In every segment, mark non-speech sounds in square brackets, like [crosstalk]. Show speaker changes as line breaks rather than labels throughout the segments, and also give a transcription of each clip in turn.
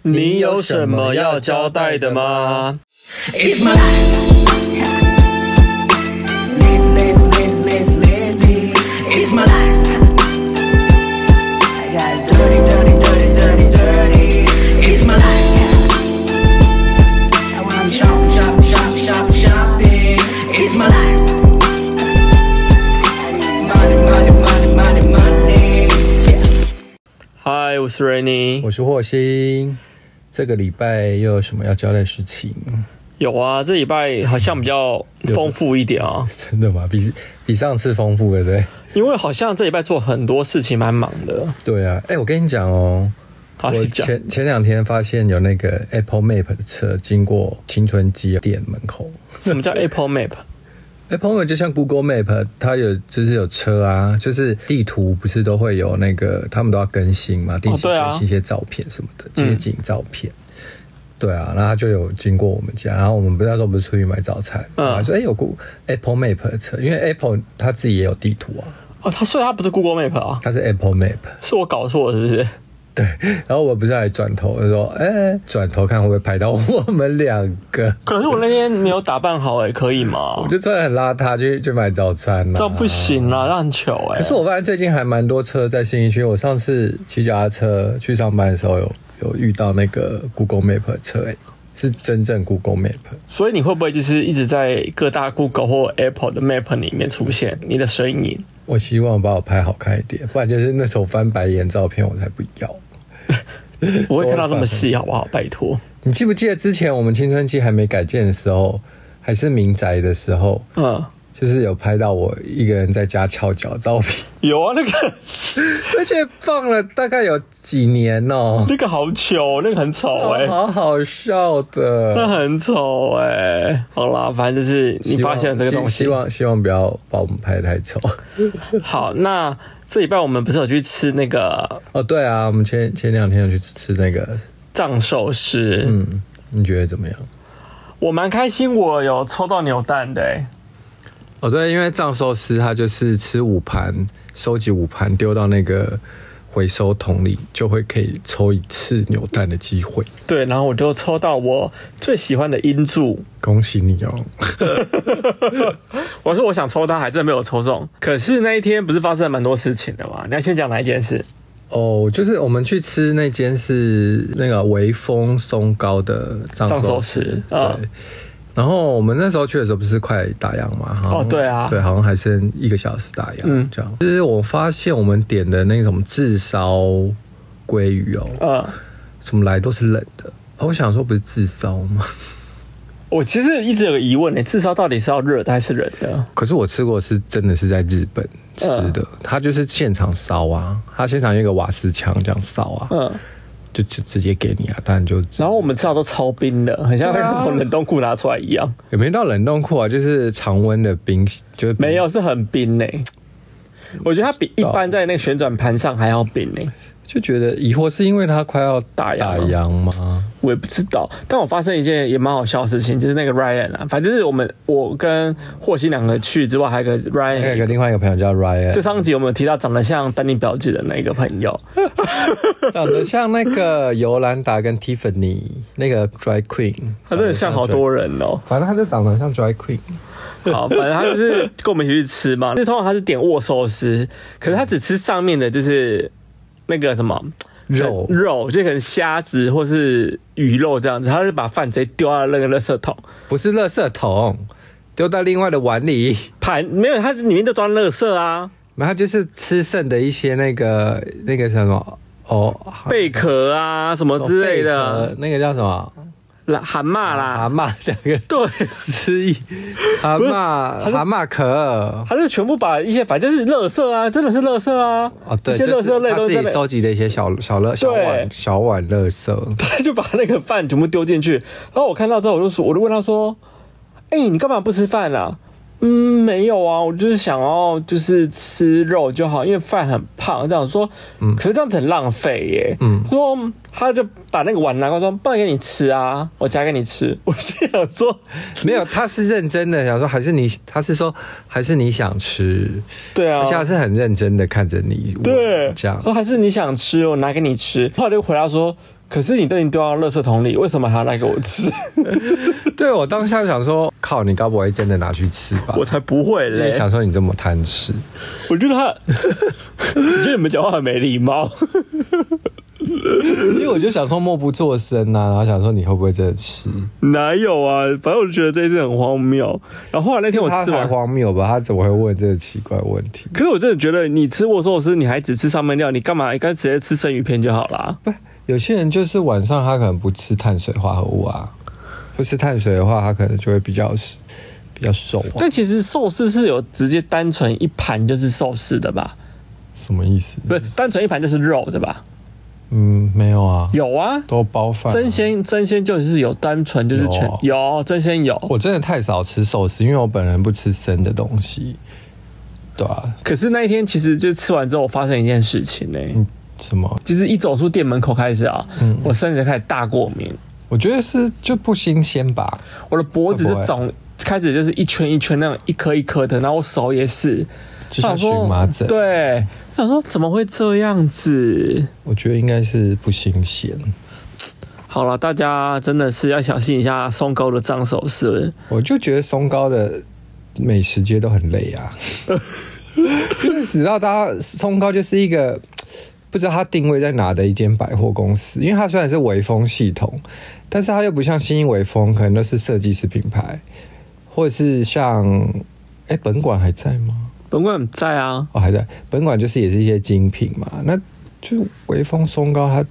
你有什么要交代的吗？
It's my life. Lazy, lazy, lazy, lazy, lazy. It's my life. I got dirty, dirty, dirty, dirty, dirty. It's my life. I wanna shop, shop, shop, shop, shopping. It's my life. I need money, money, money, money, money. Yeah.
嗨，我是 Rainy
我。是霍星。这个礼拜又有什么要交代的事情？
有啊，这礼拜好像比较丰富一点啊，
真的吗？比比上次丰富，对不对？
因为好像这礼拜做很多事情蛮忙的。
对啊，哎、我跟你讲哦，
好，
我
啊你讲。
前前两天发现有那个 Apple Map 的车经过青春街店门口。
什
[laughs]
么叫 Apple Map？
Apple Map 哎就像 Google Map，它有就是有车啊，就是地图不是都会有那个，他们都要更新嘛，定期
对啊嗯
更新一些照片什么的，街景照片。对啊，然后他就有经过我们家，然后我们不是那时候不是出去买早餐，
嗯
然后说哎、有 Google Apple Map 的车，因为 Apple 它自己也有地图啊，
哦，它所以它不是 Google Map 啊，
它是 Apple Map。 [laughs]
是我搞错了是不是？
然后我不是还转头就说，哎、转头看会不会拍到我们两个，
可是我那天没有打扮好哎、可以吗
我？就穿得很邋遢去去买早餐啊了、
这样不行啦，让球哎、
可是我发现最近还蛮多车在信义区。我上次骑脚踏车去上班的时候有，有遇到那个 Google Map 的车、欸，是真正 Google Map。
所以你会不会就是一直在各大 Google 或 Apple 的 Map 里面出现你的身影？
我希望把我拍好看一点，不然就是那种翻白眼照片我才不要。
不会看到这么细好不好？拜托，
你记不记得之前我们青春期还没改建的时候，还是民宅的时候，
嗯，
就是有拍到我一个人在家翘脚的照片，
有啊，那个
而且放了大概有几年
[laughs]
哦、
那个好糗，那个很丑哎、
好好笑的。
那很丑哎、好啦，反正就是你
希望
发现了这个
希
东西
希。望希望不要把我们拍得太丑。 [laughs]
好，那这礼拜我们不是有去吃那个
哦，对啊，我们前前两天有去吃那个，
藏寿司？
嗯，你觉得怎么样？
我蛮开心，我有抽到扭蛋的、欸。
哦，对，因为藏寿司它就是吃五盘，收集五盘丢到那个回收桶里，就会可以抽一次扭蛋的机会。
对，然后我就抽到我最喜欢的音柱。
恭喜你哦！
我说我想抽它，还真没有抽中。可是那一天不是发生了蛮多事情的嘛？你要先讲哪一件事？
哦，就是我们去吃那间是那个微风松糕的藏
藏寿
寿
司
司，
嗯
对。然后我们那时候去的时候不是快打烊嘛？好像
哦对啊
对，好像还剩一个小时打烊，
嗯
嗯，这样。就是我发现我们点的那种炙烧鲑鱼哦，
呃，
怎么来都是冷的。哦我想说不是炙烧吗？ [laughs]
我其实一直有个疑问呢、欸，至少到底是要热的还是冷的？
可是我吃过是真的是在日本吃
嗯
的，它就是现场烧啊，它现场有一个瓦斯枪这样烧啊，
嗯，
就就直接给你啊，当然就
然后我们吃到都超冰的，很像那个从冷冻库拿出来一样。
也没到冷冻库啊，就是常温的冰，就是
没有，，是很冰呢、欸。我觉得它比一般在那个旋转盘上还要冰呢、欸。
就觉得疑惑是因为它快要
打烊
打
了
烊吗？
我也不知道，但我发生一件也蛮好笑的事情，就是那个 Ryan 啊，反正就是我们我跟霍心两个去之外，还有个
还有一
Ryan，
个另外一个朋友叫
就
Ryan，
上集我们有提到长得像丹尼表姐的那一个朋友，
长得像那个尤兰达跟 Tiffany 那个 Dry Queen，
他真的像好多人哦、
反正他就长得像 Dry Queen。
好，反正他就是跟我们一起去吃嘛。那通常他是点握寿司，可是他只吃上面的，就是那个什么
肉
肉，就可能虾子或是鱼肉这样子，他就把饭直接丢到那个垃圾桶
不是垃圾桶，丢到另外的碗里，
盘，没有，它里面都装垃圾啊，
然后就是吃剩的一些那个那个什么哦
贝壳啊什么之类的
贝，壳那个叫什么
啦蛤蟆
蛤
啦，
蟆两个
对，
之 [laughs] 一，蛤蟆蛤蟆壳。
他就全部把一些反正就是垃圾啊，真的是垃圾啊，
哦，对，
一些垃圾类
就
都
是
在那
他自己收集的一些小小乐小碗小碗垃 [laughs] 圾，
他 [laughs] 就把那个饭全部丢进去。然后我看到之后，我就说，我就问他说：“哎、你干嘛不吃饭啊？”嗯，没有啊，我就是想要就是吃肉就好，因为饭很胖。这样说，可是这样子很浪费耶。嗯，说他就把那个碗拿过来说：“不然给你吃啊，我夹给你吃。”我心想说，
没有，他是认真的想说，还是你，他是说还是你想吃，
对啊
而，且他是很认真的看着你，
对，
这样
说还是你想吃，我拿给你吃。后来就回答说。可是你都已经丢到垃圾桶里，为什么还要赖给我吃？
对我当下想说，靠，你该不会真的拿去吃吧？
我才不会
因为
嘞！
想说你这么贪吃，
[laughs] 我觉得他，我觉得你们讲话很没礼貌。
因为我就想说默不作声呐、啊然后想说你会不会真的吃？
[laughs] 哪有啊？反正我就觉得这一次很荒谬。然后后来那天我
他
吃
才
完，
荒谬吧？他怎么会问这个奇怪问题？
可是我真的觉得你吃握寿司，你还只吃上面料，你干嘛？你干脆直接吃生鱼片就好啦。
不，有些人就是晚上他可能不吃碳水化合物啊，不吃碳水的话，他可能就会比较比较瘦、啊。
但其实寿司是有直接单纯一盘就是寿司的吧？
什么意思？
不是，单纯一盘就是肉的吧？
嗯，没有啊，
有啊，
都包饭、啊。
真鲜真鲜就是有单纯就是全有,、啊真鲜有，
我真的太少吃寿司，因为我本人不吃生的东西。对啊，
可是那一天其实就吃完之后，我发生一件事情呢、
嗯，什么？
其实一走出店门口开始啊，我身体就开始大过敏，
我觉得是就不新鲜吧。
我的脖子
会
就
啊不会
肿，开始就是一圈一圈那种一颗一颗的，然后我手也是，
就像荨麻疹
啊对，我想说怎么会这样子？
我觉得应该是不新鲜。
好了，大家真的是要小心一下松沟的脏手势。
我就觉得松高的美食街都很累啊，就是只要大家松高就是一个不知道它定位在哪的一间百货公司，因为它虽然是微风系统，但是它又不像新一微风，可能都是设计师品牌，或者是像哎、诶本馆还在吗？
本馆在啊，
哦，还在，本馆就是也是一些精品嘛，那就微风松高它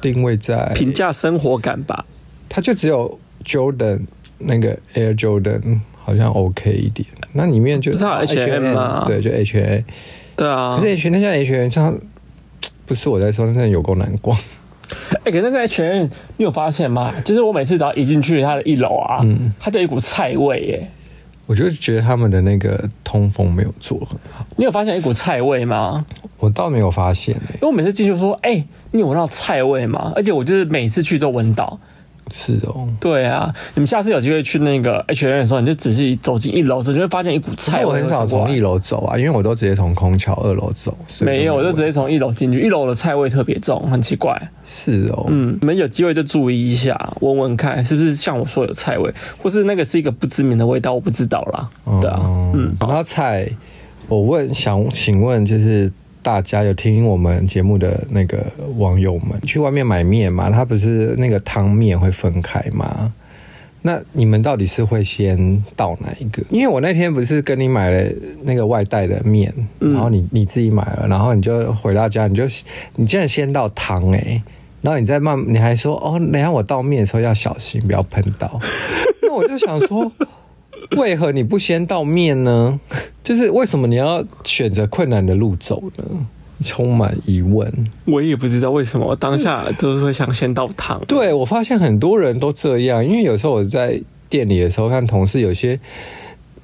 定位在
评价生活感吧。
它就只有 Jordan 那个 Air Jordan 好像 OK 一点，那里面就啊
不是还有 H&M 吗
对，就 H A。
对啊
可，是 H 那家 H A 像不是我在说，那真的有够难逛。
[laughs]
[laughs]
哎、可是那全院你有发现吗？就是我每次只要一进去它的一楼啊，
嗯
它就有一股菜味耶。
我就觉得他们的那个通风没有做很好，
你有发现一股菜味吗？
我倒没有发现欸诶、
因为我每次进去说，哎、你有闻到菜味吗？而且我就是每次去都闻到。
是哦。
对啊，你们下次有机会去那个 H N 的时候，你就仔细走进一楼的时候，你就会发现一股菜
但
味。
我很少从一
楼，
楼走啊，因为我都直接从空桥二楼走。所以
没有，我就直接从一楼进去。一楼的菜味特别重，很奇怪。
是哦。
嗯，你们有机会就注意一下，闻闻看是不是像我说有菜味，或是那个是一个不知名的味道，我不知道啦。对啊，嗯，
讲到哦菜，我问想请问，就是大家有听我们节目的那个网友们，去外面买面嘛，它不是那个汤面会分开吗？那你们到底是会先倒哪一个？因为我那天不是跟你买了那个外带的面，
嗯
然后你你自己买了，然后你就回到家，你就你竟然先倒汤哎、然后你再慢，你还说哦，等一下我倒面的时候要小心，不要喷到。 [laughs] 那我就想说， [laughs] 为何你不先倒面呢？ [laughs] 就是为什么你要选择困难的路走呢？充满疑问。
我也不知道为什么我当下就是会想先到汤。
对我发现很多人都这样，因为有时候我在店里的时候看同事有些，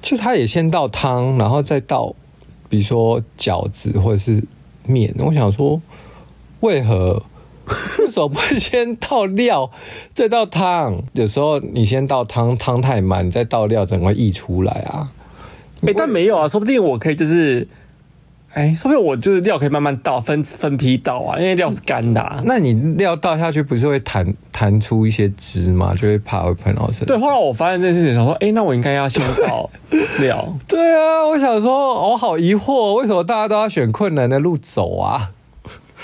就他也先倒汤，然后再倒，比如说饺子或者是面。我想说，为何？为什么不先倒料， [laughs] 再倒汤？有时候你先倒汤，汤太满，你再倒料，整个会溢出来啊。
哎、但没有啊，说不定我可以就是，哎、说不定我就是料可以慢慢倒，分分批倒啊，因为料是干的、啊。
那你料倒下去不是会弹弹出一些汁吗？就会怕会喷到身上。
对，后来我发现这件事情，想说，哎、那我应该要先倒料。
对啊，我想说，我好疑惑，为什么大家都要选困难的路走啊？ [laughs]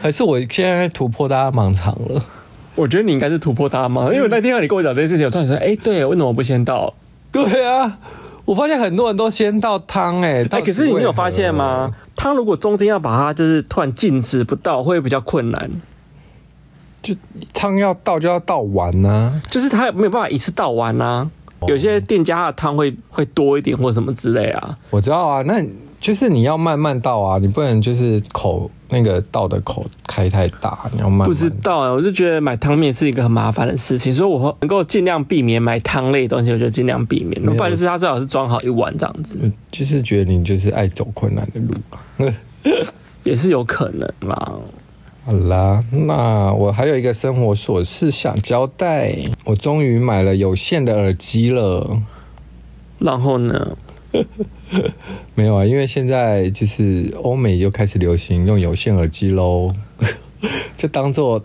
还是我现在突破大家盲肠了？
[laughs] 我觉得你应该是突破大妈，因为我那天你跟我讲这件事情，我突然说，哎、对，为什么我不先倒？
对啊，我发现很多人都先倒汤哎、
哎、
到底
可是你有发现
为
吗
何？？
他如果中间要把它就是突然静止不到，会比较困难，
就汤要倒就要倒完啊呐、
就是他没有办法一次倒完啊。有些店家他的汤会会多一点或什么之类啊。
我知道啊，那就是你要慢慢倒啊，你不能就是口那个倒的口开太大，你要慢慢。
不知道啊，我就觉得买汤面是一个很麻烦的事情，所以我能够尽量避免买汤类的东西，我就尽量避免。那不然就是它最好是装好一碗这样子，
嗯就是觉得你就是爱走困难的路啊。
也是有可能啦。
好啦，那我还有一个生活琐事想交代。我终于买了有线的耳机了。
然后呢，
没有啊，因为现在 [laughs] 就是欧美又开始流行用有线耳机喽，就当做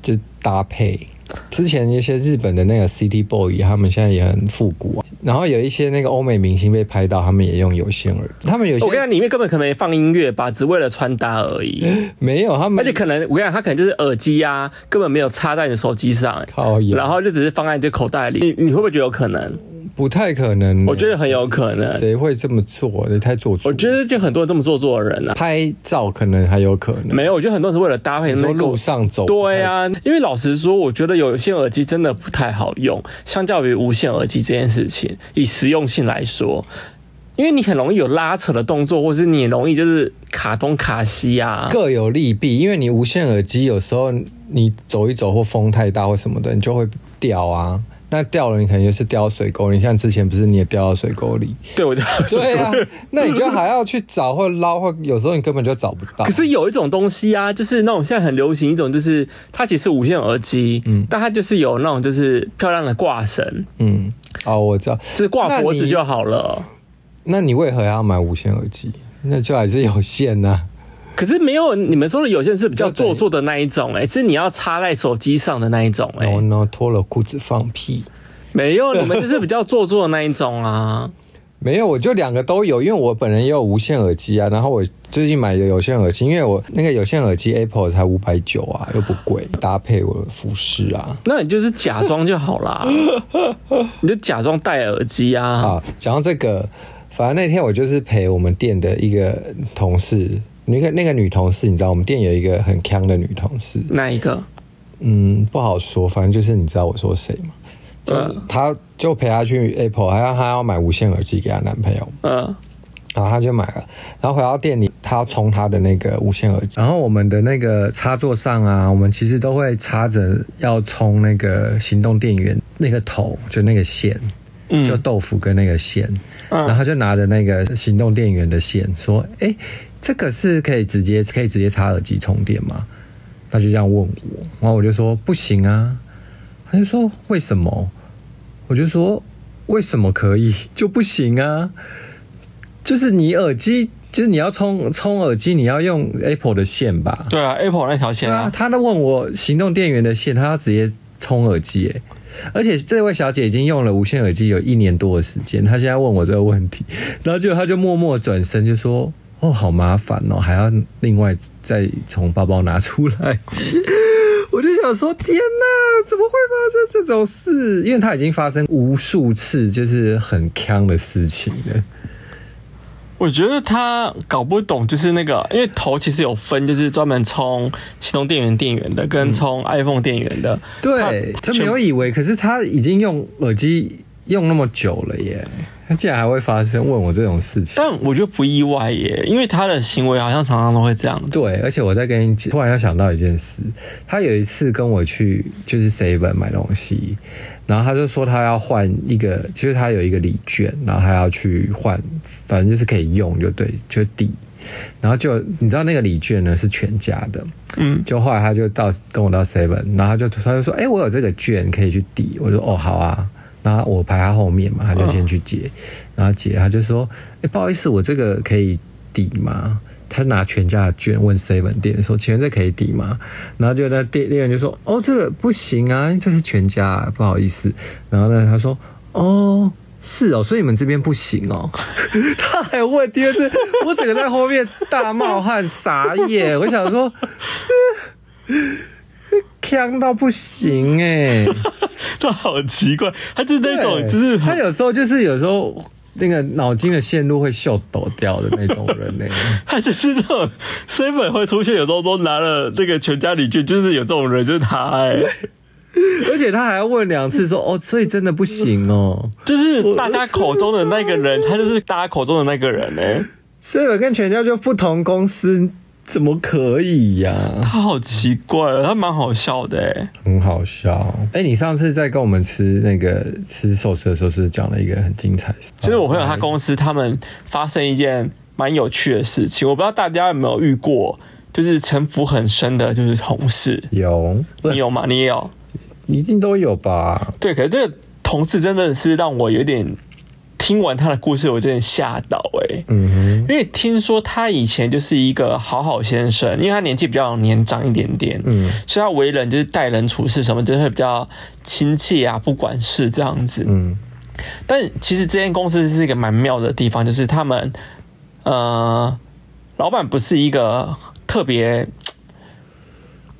就搭配。之前一些日本的那个 City Boy，他们现在也很复古啊。然后有一些那个欧美明星被拍到，他们也用有线耳，他们有些
我跟你讲，里面根本可能没放音乐吧，只为了穿搭而
[laughs]
已。
没有，他们
而且可能我跟你讲，它可能就是耳机啊，根本没有插在你的手机上、欸
靠腰
然后就只是放在你的口袋里。你你会不会觉得有可能？
不太可能欸、
我觉得很有可能。
谁会这么做？也太做作
我
了。
觉得就很多人这么做作的人啊，
拍照可能还有可能，
没有，我觉得很多人是为了搭配
你
那
说
个
路上走，
对啊，因为老实说，我觉得有线耳机真的不太好用，相较于无线耳机这件事情，以实用性来说，因为你很容易有拉扯的动作，或是你很容易就是卡东卡西啊。
各有利弊，因为你无线耳机有时候你走一走或风太大或什么的，你就会掉啊。那掉了，你可能就是掉到水沟里。像之前不是你也掉到水沟里？
[laughs] 对，我就
对啊，那你就还要去找或捞，或有时候你根本就找不到。
可是有一种东西啊，就是那种现在很流行一种，就是它其实是无线耳机，嗯，但它就是有那种就是漂亮的挂绳，
嗯，哦，我知道。
就是挂脖
那
子
你
就好了。
那你为何要买无线耳机？那就还是有啊线呐、
可是没有你们说的有线是比较做作的那一种、哎，是你要插在手机上的那一种、哎、
然后呢，脱了裤子放屁。
没有，你们就是比较做作的那一种啊。
没有，我就两个都有，因为我本人也有无线耳机啊。然后我最近买的有线耳机，因为我那个有线耳机 Apple 才五百九啊，又不贵，搭配我的服饰啊。
那你就是假装就好 [laughs] 啦，你就假装戴耳机啊。
好，讲到这个，反正那天我就是陪我们店的一个同事，那个那个女同事，你知道我们店有一个很强的女同事，
那一个？
嗯，不好说，反正就是你知道我说谁嘛。就
嗯
她就陪她去 Apple，还要她要买无线耳机给她男朋友，
嗯，
然后她就买了，然后回到店里，她要充她的那个无线耳机，然后我们的那个插座上啊，我们其实都会插着要充那个行动电源那个头，就那个线，
嗯
就豆腐跟那个线，
嗯
然后她就拿着那个行动电源的线说，哎，这个是可以直接可以直接插耳机充电吗？他就这样问我，然后我就说不行啊，他就说为什么？我就说为什么可以就不行啊？就是你耳机，就是你要充充耳机，你要用 Apple 的线吧？
对啊，Apple 那条线
对啊，。他都问我行动电源的线，他要直接充耳机耶。而且这位小姐已经用了无线耳机有一年多的时间，她现在问我这个问题，然后就她就默默转身就说：“哦，好麻烦哦，还要另外再从包包拿出来。”我就想说，天哪，怎么会发生这种事？因为它已经发生无数次，就是很坑的事情了。
我觉得他搞不懂，就是那个，因为头其实有分，就是专门充行动电源电源的，跟充 iPhone 电源的。
嗯对，
他
真没有以为，可是他已经用耳机用那么久了耶，他竟然还会发生问我这种事情。
但我觉得不意外耶，因为他的行为好像常常都会这样子。
对，而且我在跟你讲，突然要想到一件事，他有一次跟我去就是 Seven 买东西，然后他就说他要换一个，其实他有一个礼券，然后他要去换，反正就是可以用就对，就抵。然后就你知道那个礼券呢是全家的，
嗯， [laughs]
就后来他就到跟我到 Seven，然后他就他就说，哎、我有这个券可以去抵，我说哦好啊，然后我排他后面嘛，他就先去结，然后结他就说，哎、不好意思，我这个可以抵吗？他拿全家的券问 Seven 店说，请问这可以抵吗？然后就那店店员就说，哦这个不行啊，这是全家、啊，不好意思。然后呢他说，哦。是哦，所以你们这边不行哦。 [laughs] 他还问第二次，我整个在后面大冒汗傻眼，我想说，呛到不
[laughs]
行哎、
他好奇怪，他就是那种，就是
他有时候就是有时候那个脑筋的线路会秀抖掉的那种人
[laughs]
欸呢、
他就是那种 seven 会出现，有时候都拿了那个全家礼券，就是有这种人，就是他、哎，
而且他还要问两次说哦，所以真的不行
[laughs]
哦。
就是大家口中的那个人，他就是大家口中的那个人哎、
所以我跟全家就不同公司，怎么可以呀、
他好奇怪哦，他蛮好笑的哎、
很好笑。哎、你上次在跟我们吃那个吃寿司的时候，是讲了一个很精彩的事。
就是我朋友他公司他们发生一件蛮有趣的事情，我不知道大家有没有遇过，就是城府很深的，就是同事，
有，
你有吗？你也有？
哦一定都有吧？
对，可是这个同事真的是让我有点听完他的故事，我有点吓到哎、
嗯
因为听说他以前就是一个好好先生，因为他年纪比较年长一点点，嗯，所以他为人就是待人处事什么，就是会比较亲切啊，不管事这样子。
嗯
但其实这间公司是一个蛮妙的地方，就是他们，呃，老板不是一个特别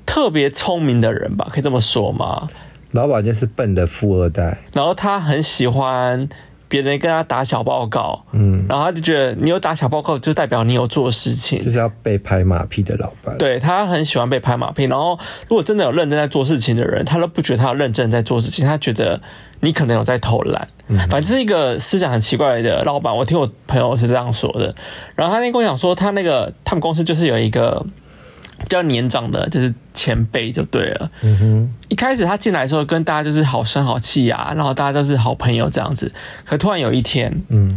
特别聪明的人吧，可以这么说吗？
哼，老板就是笨的富二代，
然后他很喜欢别人跟他打小报告，
嗯，
然后他就觉得你有打小报告就代表你有做事
就
情。
是要被拍马屁的老板。，
对他很喜欢被拍马屁，然后如果真的有认真在做事情的人，他都不觉得他有认真在做事情，他觉得你可能有在偷懒。
嗯
反正是一个思想很奇怪的老板，我听我朋友是这样说的。然后他那天跟我讲说，他那个他们公司就是有一个比较年长的，就是前辈就对了。
嗯哼，
一开始他进来的时候，跟大家就是好声好气啊，然后大家都是好朋友这样子。可突然有一天，
嗯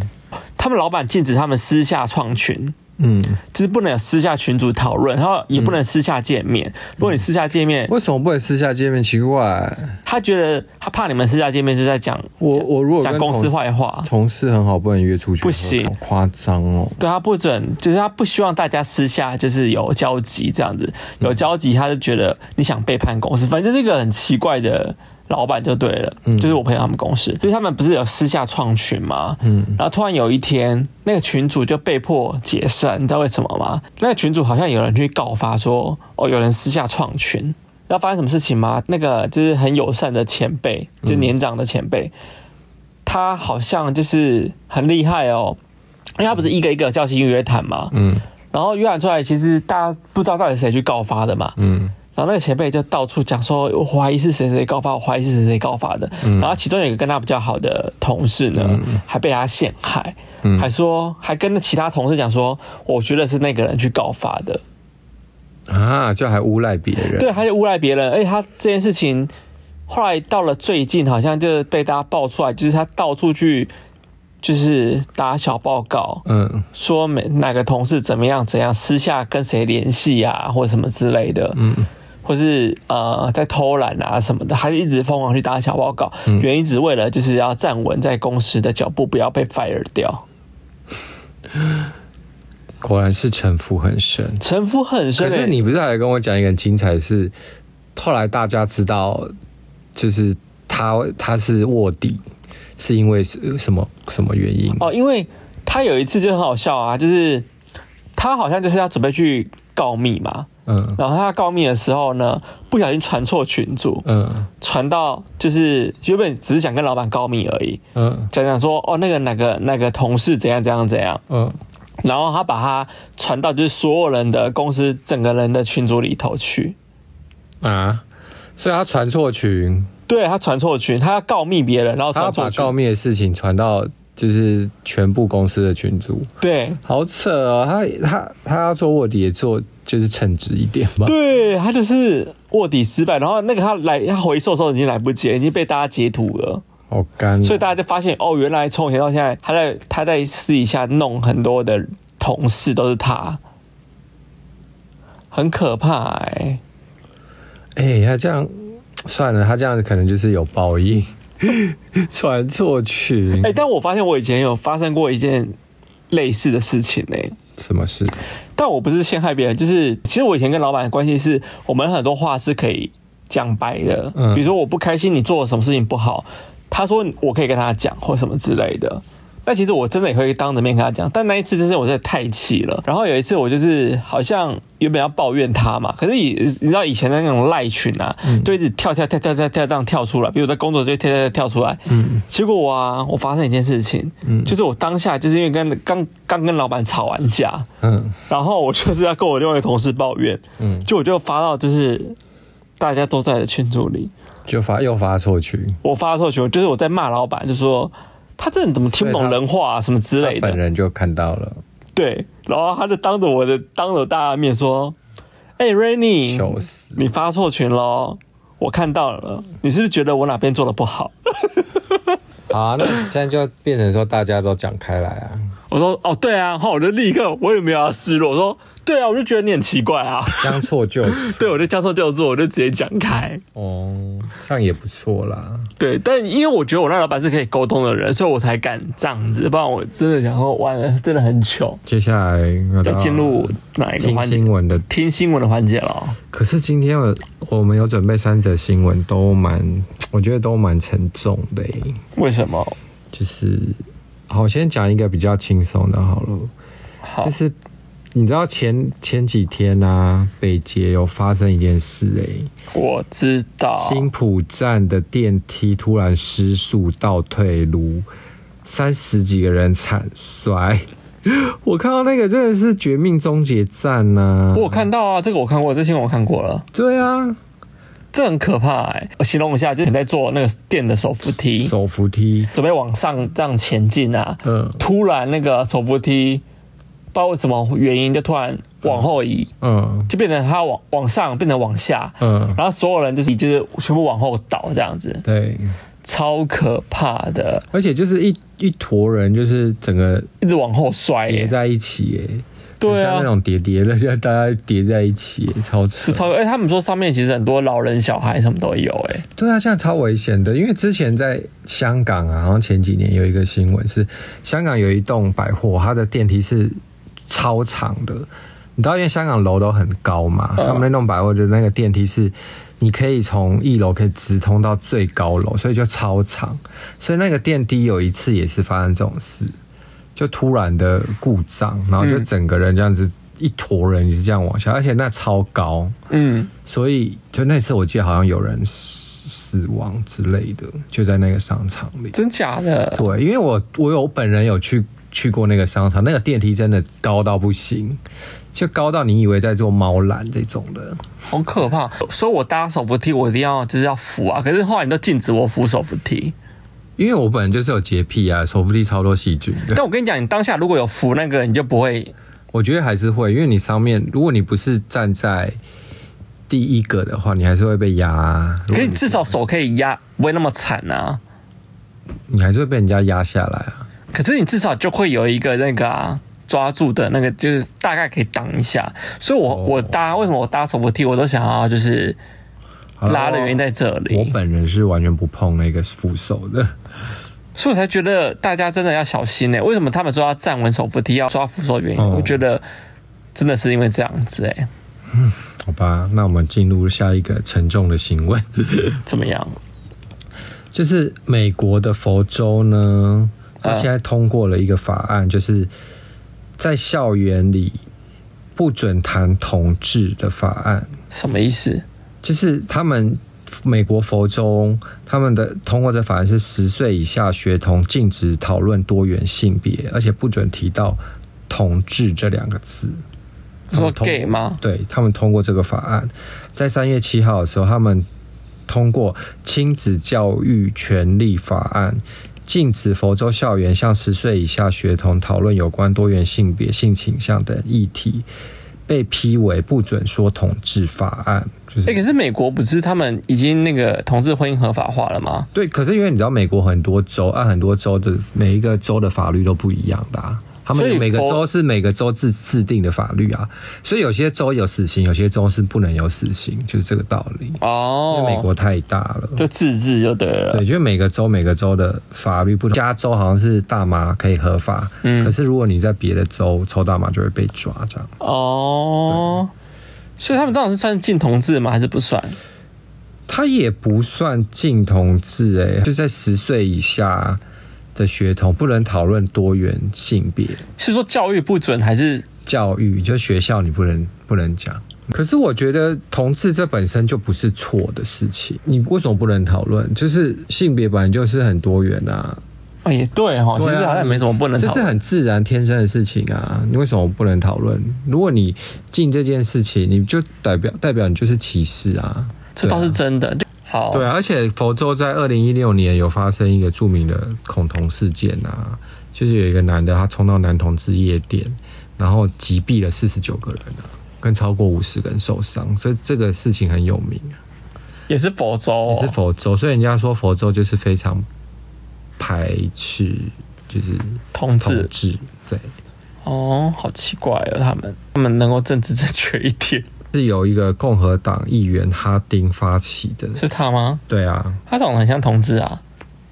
他们老板禁止他们私下创群，
嗯，
就是不能有私下群组讨论，然后也不能私下见
嗯
面。如果你私下见面，
为什么不能私下见面？奇怪，
他觉得他怕你们私下见面是在讲
我我如果
讲
跟
公司
同
坏话，
同事很好，不能约出去，
不行
好夸张哦。
对他不准，就是他不希望大家私下就是有交集这样子，有交集他就觉得你想背叛公司，反正这个很奇怪的老板就对了，就是我朋友他们公司，就是他们不是有私下创群吗？嗯，然后突然有一天那个群主就被迫解散，你知道为什么吗？那个群主好像有人去告发说，哦，有人私下创群。要发生什么事情吗？那个就是很友善的前辈，就是年长的前辈，他好像就是很厉害哦，因为他不是一个一个叫新约谈嘛，
嗯
然后约谈出来，其实大家不知道到底谁去告发的嘛，
嗯
然后那个前辈就到处讲说，我怀疑是谁谁告发，我怀疑是谁谁告发的。
嗯
然后其中有一个跟他比较好的同事呢，还被他陷害，
嗯
还说还跟其他同事讲说，我觉得是那个人去告发的，
啊，就还诬赖别人。
对，他就诬赖别人，而且他这件事情后来到了最近，好像就是被大家爆出来，就是他到处去就是打小报告，
嗯
说每哪个同事怎么样怎样，私下跟谁联系啊，或什么之类的，嗯，或是呃在偷懒啊什么的，还是一直疯狂去打小报告，
嗯
原因只为了就是要站稳在公司的脚步，不要被 fire 掉。
果然是城府很深。
城府很深、
可
欸，
是你不是还跟我讲一个很精彩的是，后来大家知道，就是他他是卧底，是因为是什么什么原因？
哦，因为他有一次就很好笑啊，就是他好像就是要准备去告密嘛，
嗯
然后他告密的时候呢，不小心传错群组，
嗯
传到就是原本只是想跟老板告密而已，
嗯
讲讲说哦，那个哪个哪个同事怎样怎样怎样，
嗯
然后他把他传到就是所有人的公司整个人的群组里头去。
啊，所以他传错群，
对他传错群，他要告密别人，然后
他
传
要
错
把
群。
告密的事情传到就是全部公司的群组，
对
好扯哦！他他他要做卧底也做，就是称职一点吧。
对，他就是卧底失败，然后那个他来他回收的时候已经来不及了，已经被大家截图了，
好干哦，
所以大家就发现哦，原来从以前到现在，他在他在私底下弄很多的同事都是他，很可怕哎、
哎、他这样算了，他这样子可能就是有报应， [laughs] 传错群
哎、但我发现我以前有发生过一件类似的事情哎呢、
什么事？
但我不是陷害别人，就是其实我以前跟老板的关系是我们很多话是可以讲白的，
嗯
比如说我不开心，你做了什么事情不好，他说我可以跟他讲或什么之类的。但其实我真的也会当着面跟他讲，但那一次真是我真的太气了。然后有一次我就是好像原本要抱怨他嘛，可是以你知道以前的那种赖群啊，就一直跳跳跳跳跳跳这样跳出来，比如我在工作就跳跳跳跳出来。嗯，结果啊，我发生一件事情，就是我当下就是因为跟刚刚跟老板吵完架，
嗯
然后我就是要跟我另外一个同事抱怨，
嗯，
就我就发到就是大家都在的群组里，
就发又发错群，
我发错群，就是我在骂老板，就说他这人怎么听不懂人话啊，什么之
他
类
本
的，
人就看到了，
对，然后他就当着我的当着大家的面说，哎、r a i n y
糗死！
你发错群喽，我看到了，你是不是觉得我哪边做的不好？ [laughs]
好、啊，那现在就变成说大家都讲开来啊，
我说哦，对啊，然后我就立刻我也没有要失落，我说对啊，我就觉得你很奇怪啊，
[laughs] 将错就错。
对，我就将错就错，我就直接讲开。
哦，这样也不错啦。
对，但因为我觉得我那老板是可以沟通的人，所以我才敢这样子，不然我真的想说，完了，真的很糗。
接下来我
要进入哪一个
听
环节？
新闻的，
听新闻的环节了。
可是今天我我们有准备三则新闻，都蛮，我觉得都蛮沉重的耶、
为什么？
就是，好，我先讲一个比较轻松的好了。
好，
就是你知道前前几天啊，北捷有发生一件事、欸，
我知道。
新浦站的电梯突然失速倒退路，三十几个人惨摔。 [laughs] 我看到那个真的是绝命终结站呐、
我有看到啊，这个我看过，这新闻我看过了，
对啊，
这很可怕哎、我形容一下，就是你在坐那个电的手扶梯，
手扶梯，
准备往上这样前进啊，
嗯
突然那个手扶梯不知道为什么原因就突然往后移，
嗯
就变成它往往上变成往下，
嗯，
然后所有人就是就是全部往后倒这样子，
对，
超可怕的，
而且就是一一坨人，就是整个
一直往后摔、
叠
欸，
在一起、耶，
对
很像
啊
那。种叠叠乐，就大家叠在一起、耶超扯
是。超，哎、他们说上面其实很多老人、小孩什么都有、哎，
对啊，现在超危险的，因为之前在香港啊，好像前几年有一个新闻是，香港有一栋百货，它的电梯是超长的。你知道，因为香港楼都很高嘛，
嗯
他们那栋百货的那个电梯是，你可以从一楼可以直通到最高楼，所以就超长。所以那个电梯有一次也是发生这种事，就突然的故障，然后就
嗯
整个人这样子一坨人就这样往下，而且那超高，
嗯，
所以就那次我记得好像有人死死亡之类的，就在那个商场里。
真假的，
对，因为我我有本人有去去过那个商场，那个电梯真的高到不行，就高到你以为在做猫缆这种的。
好可怕。所以我搭手扶梯，我一定要就是要扶啊，可是后来你都禁止我扶手扶梯。
因为我本人就是有洁癖啊，手扶梯超多细菌
[laughs]
的。
但我跟你讲，你当下如果有扶那个，你就不会
我觉得还是会，因为你上面，如果你不是站在第一个的话，你还是会被压啊。如
可
果
以
你
至少手可以压，不会那么惨啊。
你还是会被人家压下来啊。
可是你至少就会有一个那个啊抓住的那个，就是大概可以挡一下。所以我，我、
哦
搭为什么我搭手扶梯，我都想要就是
好啦
拉的原因在这
哦我
里，
本人是完全不碰那个扶手的。
所以我才觉得大家真的要小心欸呢、为什么他们说要站稳手扶梯，要抓扶手原因，
哦
我觉得真的是因为这样子哎、
好吧，那我们进入下一个沉重的新闻， [laughs]
怎么样？
就是美国的佛州呢，它
嗯
现在通过了一个法案，就是在校园里不准谈同志的法案，
什么意思？
就是他们。美国佛州他们的通过这法案是十岁以下学童禁止讨论多元性别，而且不准提到同志这两个字。
你说
们通
gay 吗？
对他们通过这个法案，在三月七号的时候，他们通过《亲子教育权利法案》，禁止佛州校园向十岁以下学童讨论有关多元性别、性倾向等议题，被批为不准说同志法案。就是、
哎、可是美国不是他们已经那个同志婚姻合法化了吗？
对，可是因为你知道，美国很多州按很多州的每一个州的法律都不一样的、啊。他
所以
们每个
佛
州是每个州制制定的法律啊，所以有些州有死刑，有些州是不能有死刑，就是这个道理。因为美
哦，
国太大了，
就自治就对了。
对，就是每个州每个州的法律不同。加州好像是大麻可以合法，
嗯
可是如果你在别的州抽大麻就会被抓，这样。
哦，所以他们当时算禁同志吗？还是不算？
他也不算禁同志、欸，就在十岁以下的学童不能讨论多元性别
是说教育不准，还是
教育，就学校你不能不能讲。可是我觉得同志这本身就不是错的事情，你为什么不能讨论？就是性别本来就是很多元啊，
哦也对哈，其
对啊
实好像也没什么不能
这
讨
是
论。啊
很自然天生的事情啊，你为什么不能讨论？如果你进这件事情，你就代表代表你就是歧视啊。
这倒是真的。就好，
对啊，而且佛州在二零一六年有发生一个著名的恐同事件啊，就是有一个男的他冲到男同志夜店，然后击毙了四十九个人啊，跟超过五十个人受伤，所以这个事情很有名啊。
也是佛州，
也是佛州，所以人家说佛州就是非常排斥，就是
同
同
志。
志，对。
哦，好奇怪哦，他们他们能够政治正确一点。
是由一个共和党议员哈丁发起的。
[laughs] 是他吗？
对啊，
他长得很像同志啊。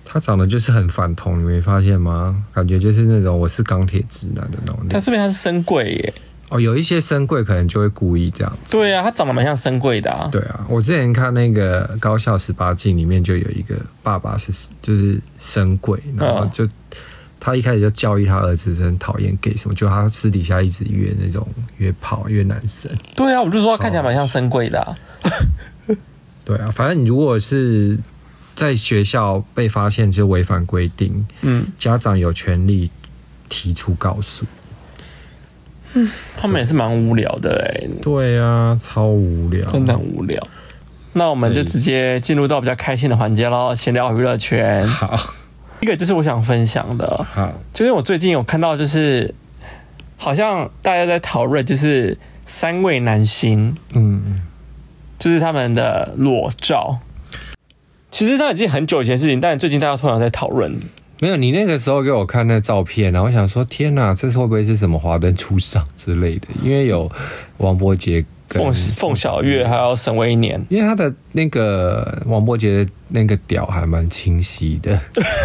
他长得就是很反同，你没发现吗？感觉就是那种我是钢铁直男的那种
但
脸。
说明他是深贵耶。
哦，有一些深贵可能就会故意这样子。
对啊，他长得蛮像深贵的啊。
对啊，我之前看那个《高校十八禁》里面就有一个爸爸是就是深贵，然后就、他一开始就教育他儿子很讨厌 gay 什么，就他私底下一直约那种约炮约男生。
对啊，我就说他看起来蛮像深贵的啊。
对啊，反正你如果是在学校被发现就违反规定，
嗯，
家长有权利提出告诉。
他们也是蛮无聊的哎，
对啊，超无聊，
真的很无聊。那我们就
对
直接进入到比较开心的环节喽，闲聊娱乐 [laughs] 圈。
好
一个就是我想分享的，
好，
就是我最近有看到，就是好像大家在讨论，就是三位男星，
嗯，
就是他们的裸照。其实那已经很久以前的事情，但最近大家突然在讨论。
没有，你那个时候给我看那照片，然后我想说，天哪，这是会不会是什么华灯初上之类的？因为有王伯杰跟
凤凤小岳还有沈威年，
因为他的那个王伯杰的那个屌还蛮清晰的，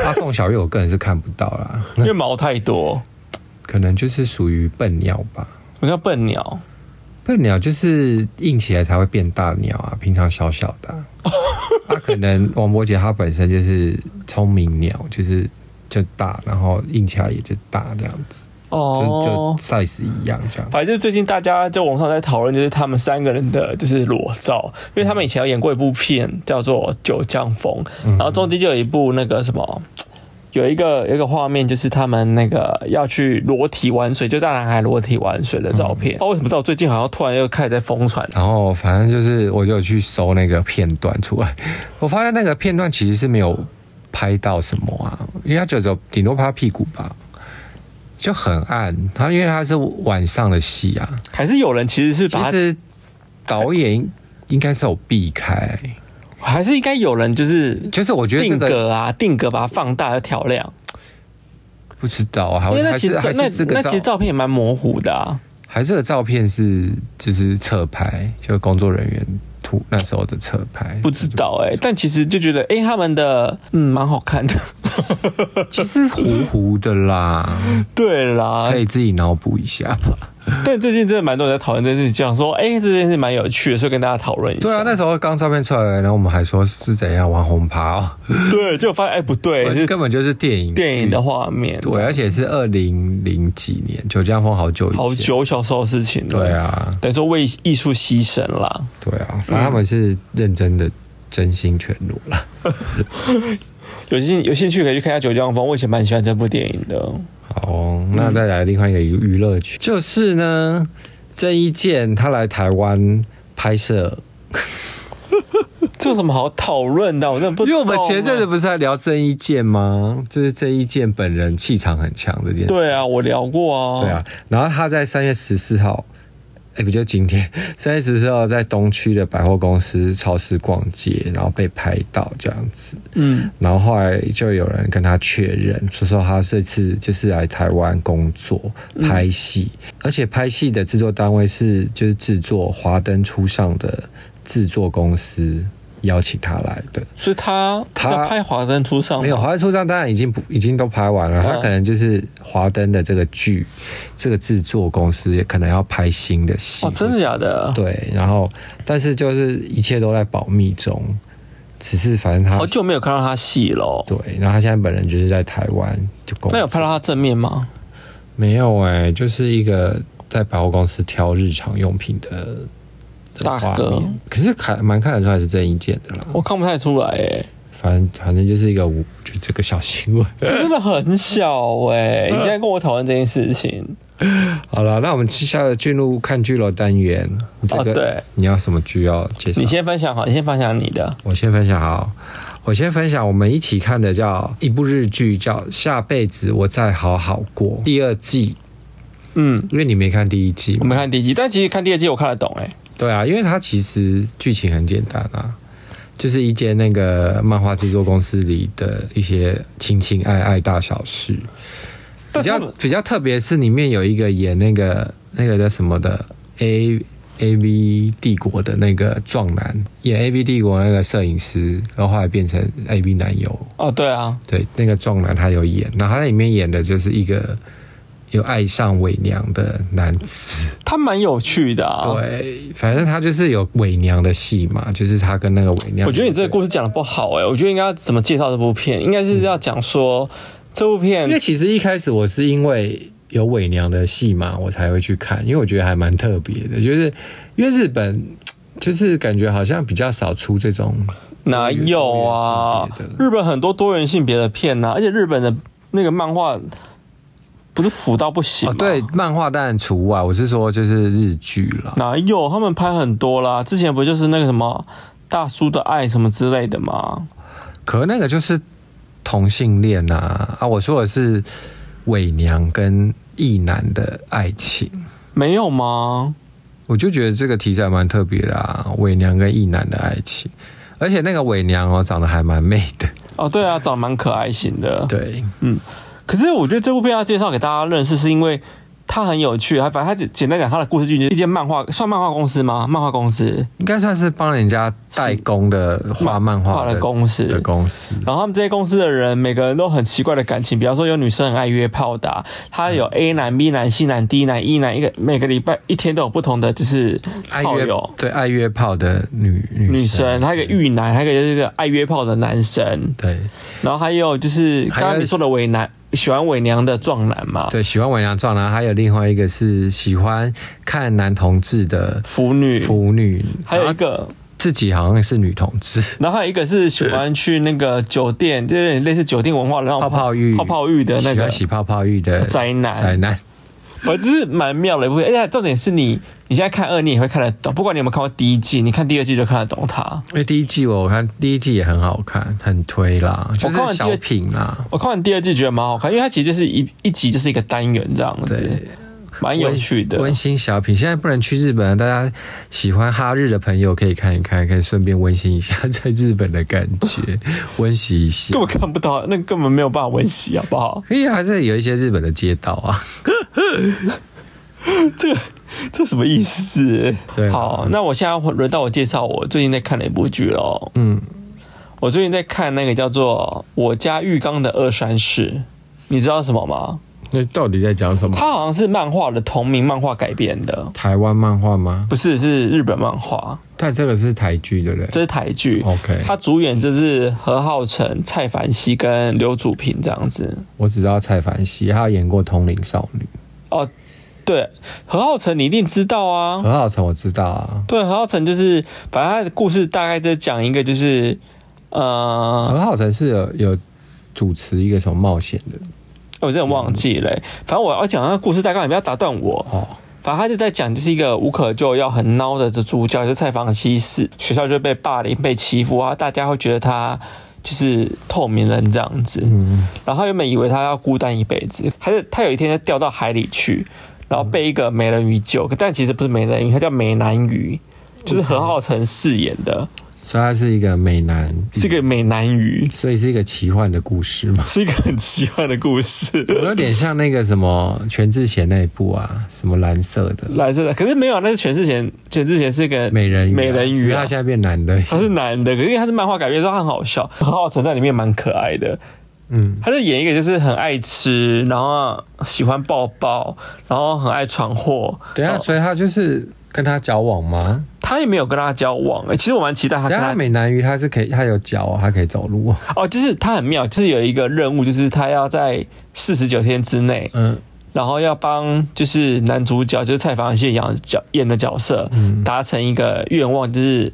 阿凤小岳我个人是看不到啦，
因为毛太多，
可能就是属于笨鸟吧。
我叫笨鸟。
笨鸟就是硬起来才会变大鸟啊，平常小小的啊、啊。可能王伯杰他本身就是聪明鸟，就是就大，然后硬起来也就大这样子，就就
哦，
size 一样这样。
反正就是最近大家在网上在讨论，就是他们三个人的就是裸照，因为他们以前有演过一部片叫做《九江风》，然后中间就有一部那个什么。有一个有一个画面，就是他们那个要去裸体玩水，就大男孩裸体玩水的照片。不知道为什么到最近好像突然又开始在疯传，啊
然后反正就是我就有去搜那个片段出来， [laughs] 我发现那个片段其实是没有拍到什么啊，因为他就只有顶多拍他屁股吧，就很暗。他因为他是晚上的戏啊，
还是有人其实是
其
把它，
实导演应该是有避开，
还是应该有人就是
就是我觉得这
定
个
格啊，定格把它放大要调亮，
不知道啊，还
因为那
还
其
是
实
还
那
是这
那
个
其实
照，
照片也蛮模糊的啊。
还是这个照片是就是侧拍，就是工作人员图那时候的侧拍，
不知道哎、但其实就觉得哎、诶他们的嗯蛮好
[laughs]
看的。
其实糊糊的啦，
对啦
可，以自己脑补一下吧。
但最近真的蛮多人在讨论这件事情，想说哎、诶这件事蛮有趣的，所以跟大家讨论一下。
对啊，那时候刚照片出来，然后我们还说是怎样玩红趴、哦，
对，就发现哎、诶不对，
而且
是
根本就是电影
电影的画面。
对，而且是二零零几年《九江风》好久以前，
好久小时候的事情了。
对，啊，
等于说为艺术牺牲啦。
对啊，反正他们是认真的，真心全裸啦。
有兴有兴趣可以去看一下《九江风》，我以前蛮喜欢这部电影的。
好哦、那再来另外一个娱乐圈，就是呢，郑伊健他来台湾拍摄，
这有什么好讨论的？我真的不
因
懂啊，
为我们前阵子不是在聊郑伊健吗？就是郑伊健本人气场很强这件事。
对啊，我聊过啊。
对啊，然后他在三月十四号，哎、不就今天？ [laughs] 三月十四号在东区的百货公司超市逛街，然后被拍到这样子，
嗯，
然后后来就有人跟他确认，说说他这次就是来台湾工作拍戏，而且拍戏的制作单位是就是制作《华灯初上》的制作公司邀请他来的。
所以他
他
要拍《华灯初上》吗
没有，《华灯初上》当然已经不已经都拍完了，他
哦嗯
可能就是华灯的这个剧，这个制作公司也可能要拍新的戏。
哦，真的假的？
对，然后但是就是一切都在保密中，只是反正他
好久没有看到他戏了。
啊
哦
对，然后他现在本人就是在台湾就工作
那有拍到他正面吗？
没有哎、就是一个在百货公司挑日常用品的。的
大
画
哥哦
面，可是看蛮看得出来是郑伊健的啦。
我看不太出来哎、
反正反正就是一个无，就这个小新闻。
真的很小哎、
嗯
你今天跟我讨论这件事情，
好了，那我们接下来进入看剧楼单元。你
哦对，
你要什么剧要介绍？
你先分享好，你先分享你的。
我先分享好，我先分享我们一起看的叫一部日剧，叫《下辈子我再好好过》第二季，
嗯，
因为你没看第一季
我没
嘛。
看第一季，但其实看第二季我看得懂哎、
对啊，因为它其实剧情很简单啊，就是一间那个漫画制作公司里的一些情情爱爱大小事。比
但是 [laughs]
较
他们
比较特别是里面有一个演那个那个叫什么的 A A V 帝国的那个壮男，演 A V 帝国那个摄影师，然后后来变成 A V 男友。
哦，对啊，
对，那个壮男他有演，然后他在里面演的就是一个有爱上伪娘的男子。
他蛮有趣的啊。，
对，反正他就是有伪娘的戏嘛，就是他跟那个伪娘。
我觉得你这个故
事，
事讲的不好哎、我觉得应该要怎么介绍这部片？应该是要讲说、
嗯
这部片
因为其实一开始我是因为有伪娘的戏嘛，我才会去看，因为我觉得还蛮特别的，就是因为日本就是感觉好像比较少出这种
哪有啊
多元性？别的
日本很多多元性别的片啊呐、而且日本的那个漫画不是腐到不行
哦
吗？，
对，漫画当然除外，我是说就是日剧啦。
哪有？他们拍很多啦，之前不就是那个什么大叔的爱什么之类的吗？
可那个就是同性恋呐、啊，我说的是伪娘跟异男的爱情，
没有吗？
我就觉得这个题材蛮特别的啊，伪娘跟异男的爱情，而且那个伪娘哦长得还蛮美的，
哦，对啊，长得蛮可爱型的。
对，
可是我觉得这部片要介绍给大家认识，是因为它很有趣。它反正它简简单讲，它的故事剧情就是一间漫画，算漫画公司吗？漫画公司，
应该算是帮人家代工的画漫画
的公司
的公司，
然后他们这些公司的人，每个人都很奇怪的感情，比方说有女生很爱约炮的啊、她
嗯
有 A 男、B 男、C 男、D 男、E 男，一个每个礼拜一天都有不同的就是
爱
炮
约
友
对爱约炮的女女
女生，还有一个玉男，还有一个就是一个爱约炮的男生，
对
然后还有就是
还
刚
有
刚你说的伪男，喜欢伪娘的壮男嘛，
对喜欢伪娘壮男，啊还有另外一个是喜欢看男同志的
腐女，
腐女，
还有一个。
自己好像是女同志，
然后还有一个是喜欢去那个酒店，就有点类似酒店文化的那种
泡泡浴，
哦泡泡浴的那
喜
个
欢洗泡泡浴的
宅男
宅男。
反正就是蛮妙的一部片，而且重点是你你现在看二，你也会看得懂，不管你有没有看过第一季，你看第二季就看得懂它。
因为第一季我看第一季也很好看，很推啦，就
我看完
是
第二
小品啦，
我看完第二季觉得蛮好看，因为它其实就是一一集就是一个单元这样子
对，
蛮有趣的。
温馨小品。现在不能去日本，大家喜欢哈日的朋友可以看一看，可以顺便温馨一下 [laughs] 在日本的感觉， [laughs] 温习一下
根。本看不到，那根本没有办法温习，好不好？
可以啊，还是有一些日本的街道啊，
这 [laughs] 个这什么意思？
对啊
好，那我现在轮到我介绍我最近在看的一部剧喽。
[laughs] 嗯，
我最近在看那个叫做《我家浴缸的二三事》，你知道什么吗？
那到底在讲什么？
它好像是漫画的同名漫画改编的，
台湾漫画吗？
不是是日本漫画，
但这个是台剧，对不对？
这是台剧。
OK
它主演就是何浩晨、蔡凡熙跟刘祖平这样子。
我只知道蔡凡熙，他有演过《通灵少女》。
哦，对，何浩晨你一定知道啊。
何浩晨我知道啊，
对，何浩晨就是，反正他的故事大概在讲一个就是，呃，
何浩晨是有有主持一个什么冒险的
我真的忘记了欸、反正我要讲那个故事大概，你不要打断我。
哦，
反正他就在讲，就是一个无可救药、很孬的主角，就是蔡房西死，学校就被霸凌、被欺负啊，大家会觉得他就是透明人这样子。
嗯，
然后他原本以为他要孤单一辈子，他就他有一天就掉到海里去，然后被一个美人鱼救，但其实不是美人鱼，他叫美男鱼，就是何浩晨饰演的，
所以他是一个美男，
是一个美男鱼，，
所以是一个奇幻的故事嘛
是一个很奇幻的故事。
[laughs] 有点像那个什么全智贤那一部啊，什么蓝色的
蓝色的，可是没有，那是全智贤，全智贤是一个
美人鱼啊、
美人
只
鱼、
是
啊
他，现在变男的， [laughs]
他是男的，可是因为他是漫画改编，所以他很好笑。何浩晨在里面蛮可爱的，
嗯，
他就演一个就是很爱吃，然后喜欢抱抱，然后很爱闯祸。
等一
然
下，
后
啊所以他就是跟他交往吗？
他也没有跟他交往。欸其实我蛮期待他
等
跟
一下
他
他美男鱼他是可以，他有脚啊，他可以走路啊，
哦，就是他很妙，就是有一个任务，就是他要在四十九天之内，
嗯，
然后要帮就是男主角就是蔡凡熙演的角演的角色
嗯
达成一个愿望，就是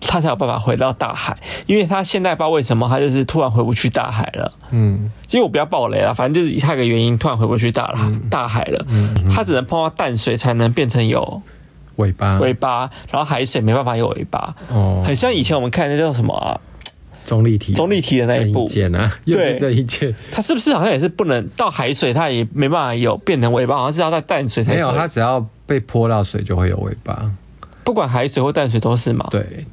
他才有办法回到大海，因为他现在不知道为什么他就是突然回不去大海了。
[laughs] 嗯，
其实我不要爆雷了，反正就是他有个原因突然回不去大海、
嗯
大海了，他只能碰到淡水才能变成有
尾巴，
尾巴，然后海水没办法有尾巴，
哦，
很像以前我们看那叫什么啊？
中立体，
钟丽缇的那一部
郑伊健啊，又
对
是这一件。
它是不是好像也是不能到海水，它也没办法有变成尾巴，好像是要在淡水才
没有，
可以
它只要被泼到水就会有尾巴。
不管海水或淡水都是嘛。
对，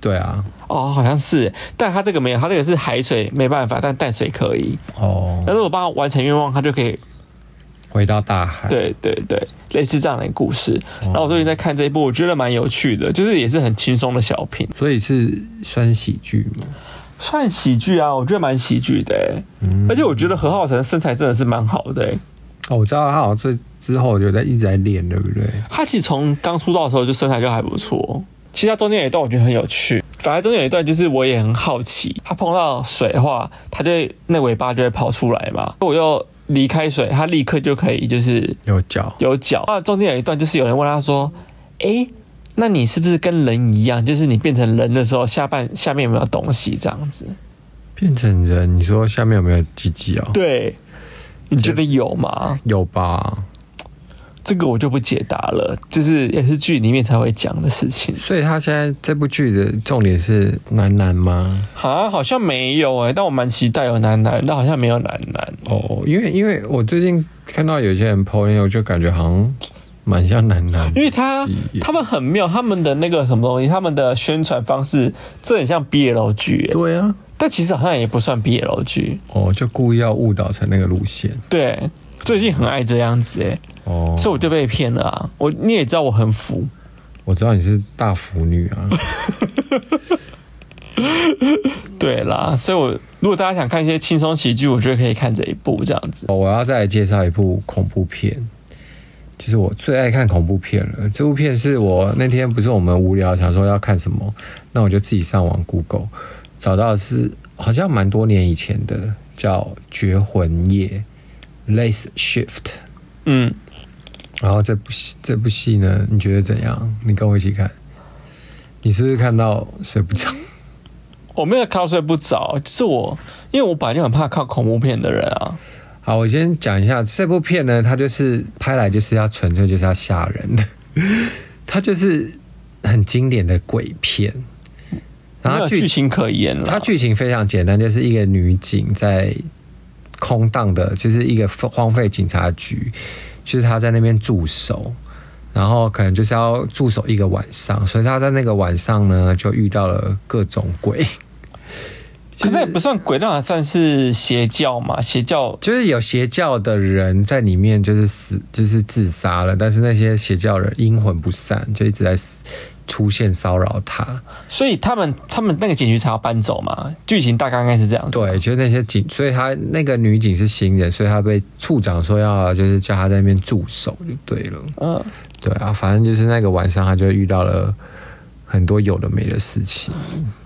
对啊，
哦，好像是，但它这个没有，它这个是海水没办法，但淡水可以。
哦
但，是我帮他完成愿望，他就可以
回到大海。，
对对对，类似这样的故事。然后我最近在看这一部，我觉得蛮有趣的，就是也是很轻松的小品，
所以是算喜剧嘛？
算喜剧啊，我觉得蛮喜剧的、欸。而且我觉得何浩晨的身材真的是蛮好的、欸，
哦，我知道他好像最之后有在一直在练，对不对？
他其实从刚出道的时候就身材就还不错。其实他中间有一段我觉得很有趣，反正中间有一段就是我也很好奇，他碰到水的话，他就会那尾巴就会跑出来嘛。我又离开水，他立刻就可以就是
有脚，
有脚。那中间有一段就是有人问他说：“诶，那你是不是跟人一样？就是你变成人的时候，下半下面有没有东西这样子
变成人，你说下面有没有鸡鸡哦？”？
对，你觉得有吗？
有吧？
这个我就不解答了，就是也是剧里面才会讲的事情
所以他现在这部剧的重点是男男吗？
啊，好像没有诶，但我蛮期待有男男，但好像没有男男。
哦，因为因为我最近看到有些人 PO，因为我就感觉好像蛮像男 [laughs] 男的，
因为他他们很妙，他们的那个什么东西，他们的宣传方式，这很像 BL 剧欸，
对啊，
但其实好像也不算 BL 剧。
哦，就故意要误导成那个路线
对，最近很爱这样子哎，
哦。
所以我就被骗了啊！我你也知道我很腐，
我知道你是大腐女啊，
对啦，所以我如果大家想看一些轻松喜剧，我觉得可以看这一部这样子。
哦我要再来介绍一部恐怖片，就是我最爱看恐怖片了。这部片是我那天不是我们无聊想说要看什么，那我就自己上网 Google 找到的是好像蛮多年以前的，叫《绝魂夜》（Lace Shift）。
嗯，
然后这部戏这部戏呢，你觉得怎样？你跟我一起看，你是不是看到睡不着？
我没有看到睡不着，就是我因为我本来就很怕看恐怖片的人啊。
好，我先讲一下这部片呢，它就是拍来就是要纯粹就是要吓人的， [laughs] 它就是很经典的鬼片。然
没有
后它剧
剧情可言了。
它剧情非常简单，就是一个女警在空荡的，就是一个荒废警察局，就是她在那边驻守，然后可能就是要驻守一个晚上，所以她在那个晚上呢，就遇到了各种鬼。
可那也不算鬼，那也算是邪教嘛？邪教
就是有邪教的人在里面，就是死，就是自杀了。但是那些邪教人阴魂不散，就一直在死出现骚扰他。
所以他们他们那个警局才要搬走嘛，剧情大概应该是这样子。
对，就是那些警，所以他那个女警是新人，所以他被处长说要就是叫他在那边驻守就对了。
嗯，
对啊，反正就是那个晚上，他就遇到了很多有的没的事情。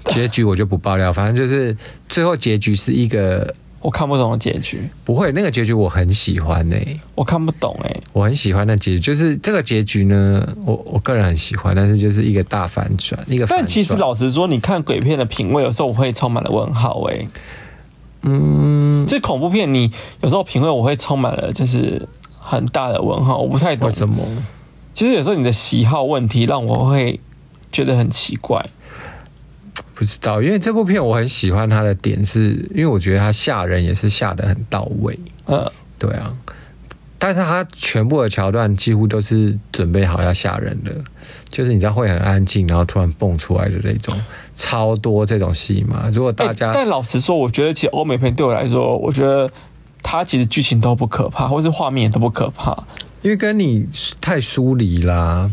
结局我就不爆料，反正就是最后结局是一个
我看不懂的结局，
不会，那个结局我很喜欢欸呢、
我看不懂哎、
我很喜欢的结局，就是这个结局呢，我我个人很喜欢，但是就是一个大反转，一个反转。
但其实老实说，你看鬼片的品味，有时候我会充满了问号哎、
嗯，
这恐怖片你有时候品味我会充满了就是很大的问号，我不太懂
为。什么？
其实有时候你的喜好问题让我会觉得很奇怪。
不知道，因为这部片我很喜欢它的点是，因为我觉得它吓人也是吓得很到位，
嗯，
对啊。但是它全部的桥段几乎都是准备好要吓人的，就是你知道会很安静，然后突然蹦出来的那种，超多这种戏嘛。如果大家、
欸但老实说，我觉得其实欧美片对我来说，我觉得它其实剧情都不可怕，或是画面也都不可怕，
因为跟你太疏离啦，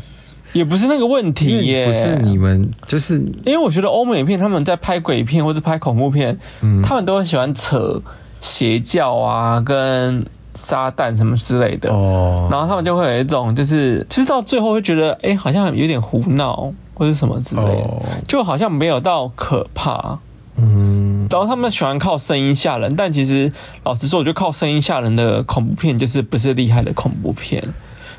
也不是那个问题
因为
耶。
不是你们就是
因为我觉得欧美片他们在拍鬼片或者拍恐怖片，
嗯
他们都很喜欢扯邪教啊，跟撒旦什么之类的。
哦，
然后他们就会有一种，就是其实到最后会觉得，哎、好像有点胡闹或者什么之类的，
哦
就好像没有到可怕。
嗯，
然后他们喜欢靠声音吓人，但其实老实说，我觉得靠声音吓人的恐怖片就是不是厉害的恐怖片。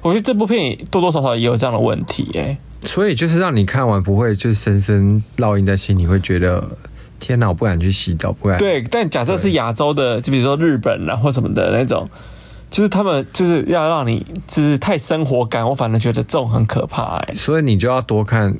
我觉得这部片也多多少少也有这样的问题、哎，
所以就是让你看完不会就深深烙印在心里，会觉得天哪，我不敢去洗澡，不敢
对，但假设是亚洲的，就比如说日本啊或什么的那种，就是他们就是要让你就是太生活感，我反而觉得这种很可怕、哎，
所以你就要多看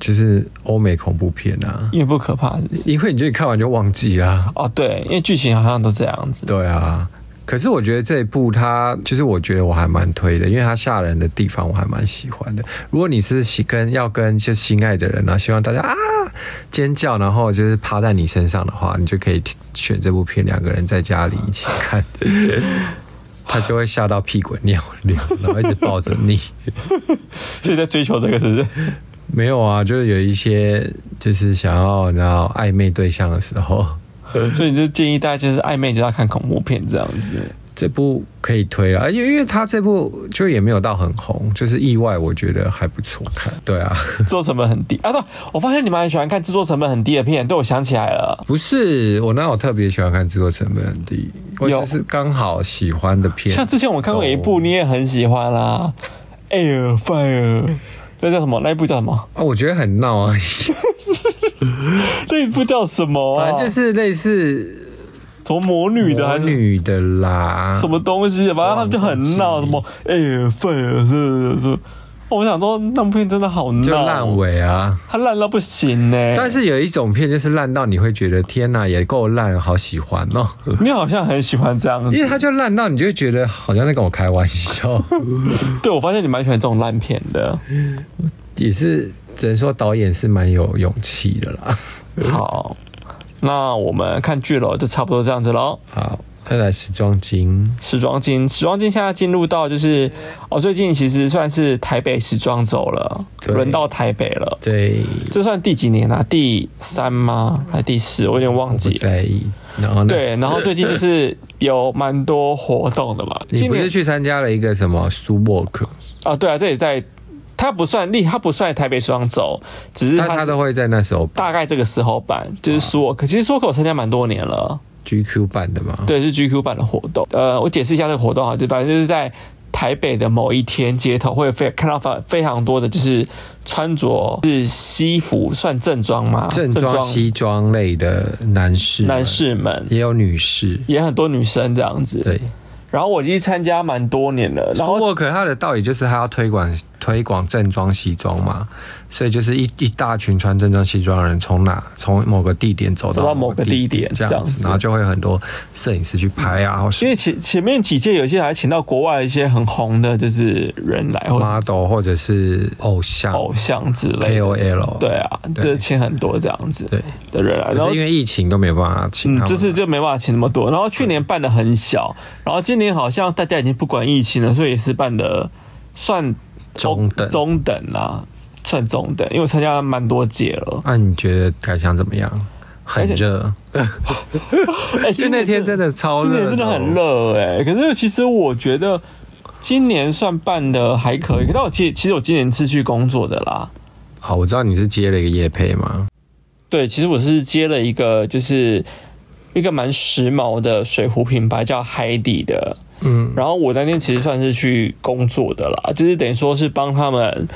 就是欧美恐怖片啊，
因为不可怕是不是
因为你就看完就忘记啊啦。
哦，对，因为剧情好像都这样子。
对啊，可是我觉得这一部它就是我觉得我还蛮推的，因为它吓人的地方我还蛮喜欢的。如果你是喜跟要跟就心爱的人啊，希望大家啊尖叫，然后就是趴在你身上的话，你就可以选这部片，两个人在家里一起看。他就会吓到屁滚尿流，然后一直抱着你。
所以在追求这个是不是？
没有啊，就是有一些就是想要然后暧昧对象的时候，
所以你就建议大家就是暧昧就要看恐怖片这样子。
这部可以推了，而且因为他这部就也没有到很红，就是意外，我觉得还不错看。对啊， [laughs]
制作成本很低啊！对，我发现你们很喜欢看制作成本很低的片，对我想起来了，
不是我哪有特别喜欢看制作成本很低，我
有
只是刚好喜欢的片。
像之前我看过一
哦
部，你也很喜欢啦，《Air Fire》，那叫什么？那一部叫什么？
哦，我觉得很闹
[laughs]
啊，
那一部叫什么、啊？
反正就是类似
什么魔女的还
魔
是
女的啦，
什么东西，啊反正他们就很闹，
忘
什
记
么 Air Fire 是是是。我想说，那部片真的好
就
闹，
烂，尾啊。
它烂到不行呢、
但是有一种片就是烂到你会觉得天哪，也够烂，好喜欢哦。
你好像很喜欢这样
因
子，
为它就烂到你就会觉得好像在跟我开
[laughs]
玩笑，
对我发现你蛮喜欢这种烂片
[laughs]
的。
也是只能说导演是蛮有勇气的啦。
好，那我们看剧了，就差不多这样子喽。
好，再来时装精，
时装金，时装金现在进入到就是哦，最近其实算是台北时装走了，
对
轮到台北了。
对，
这算第几年啊？第三吗？还是第四？我有点忘
我不
记了。
在意。然后呢？
对，然后最近就是有蛮多活动的嘛。
你不是去参加了一个什么 s u Walk，
啊、对啊，这也在，它不算立，它不算台北时装走，只是
但他
它
都会在那时候
大概这个时候办，就是说，可其实说口参加蛮多年了。
GQ 办的嘛。
对，是 GQ 版的活动。呃，我解释一下这个活动哈，就反正就是在台北的某一天街头会有非看到非非常多的就是穿着是西服算正装吗？
正装、西装类的男士，
男士们。
也有女士。
也很多女生这样子，
对。然
然后我已经参加蛮多年了，然
后
后
w o r 它的道理就是它要推广推广正装西装嘛，所以就是一一大群穿正装西装的人从哪从某个地点走
走到
到
某个地点这
这样
样子
子，然后就会有很多摄影师去拍啊，或是
因为前前面几届有些还请到国外一些很红的，就是人来或者
model 或者是偶像
偶像之类的
KOL，
对，啊，
对
就是请很多这样子
对
的人来，然
可
后
是因为疫情都没有办法请他
嗯，
们，
这次就没办法请那么多。然后去年办的很小，然后今年好像大家已经不管疫情了，所以也是办的算
中等，
中等啊，算中等。因为我参加蛮多届了
那啊你觉得感想怎么样？很
而且
热，
哎、
就
今
那
年
天真的哦超
今
热，
年真的很。热哎、可是其实我觉得今年算办的还可以，可但我其其实我今年是去工作的啦。
好，我知道你是接了一个夜配嘛，
对，其实我是接了一个就是一个蛮时髦的水壶品牌叫海底的，
嗯，
然后我那天其实算是去工作的啦，就是等于说是帮他们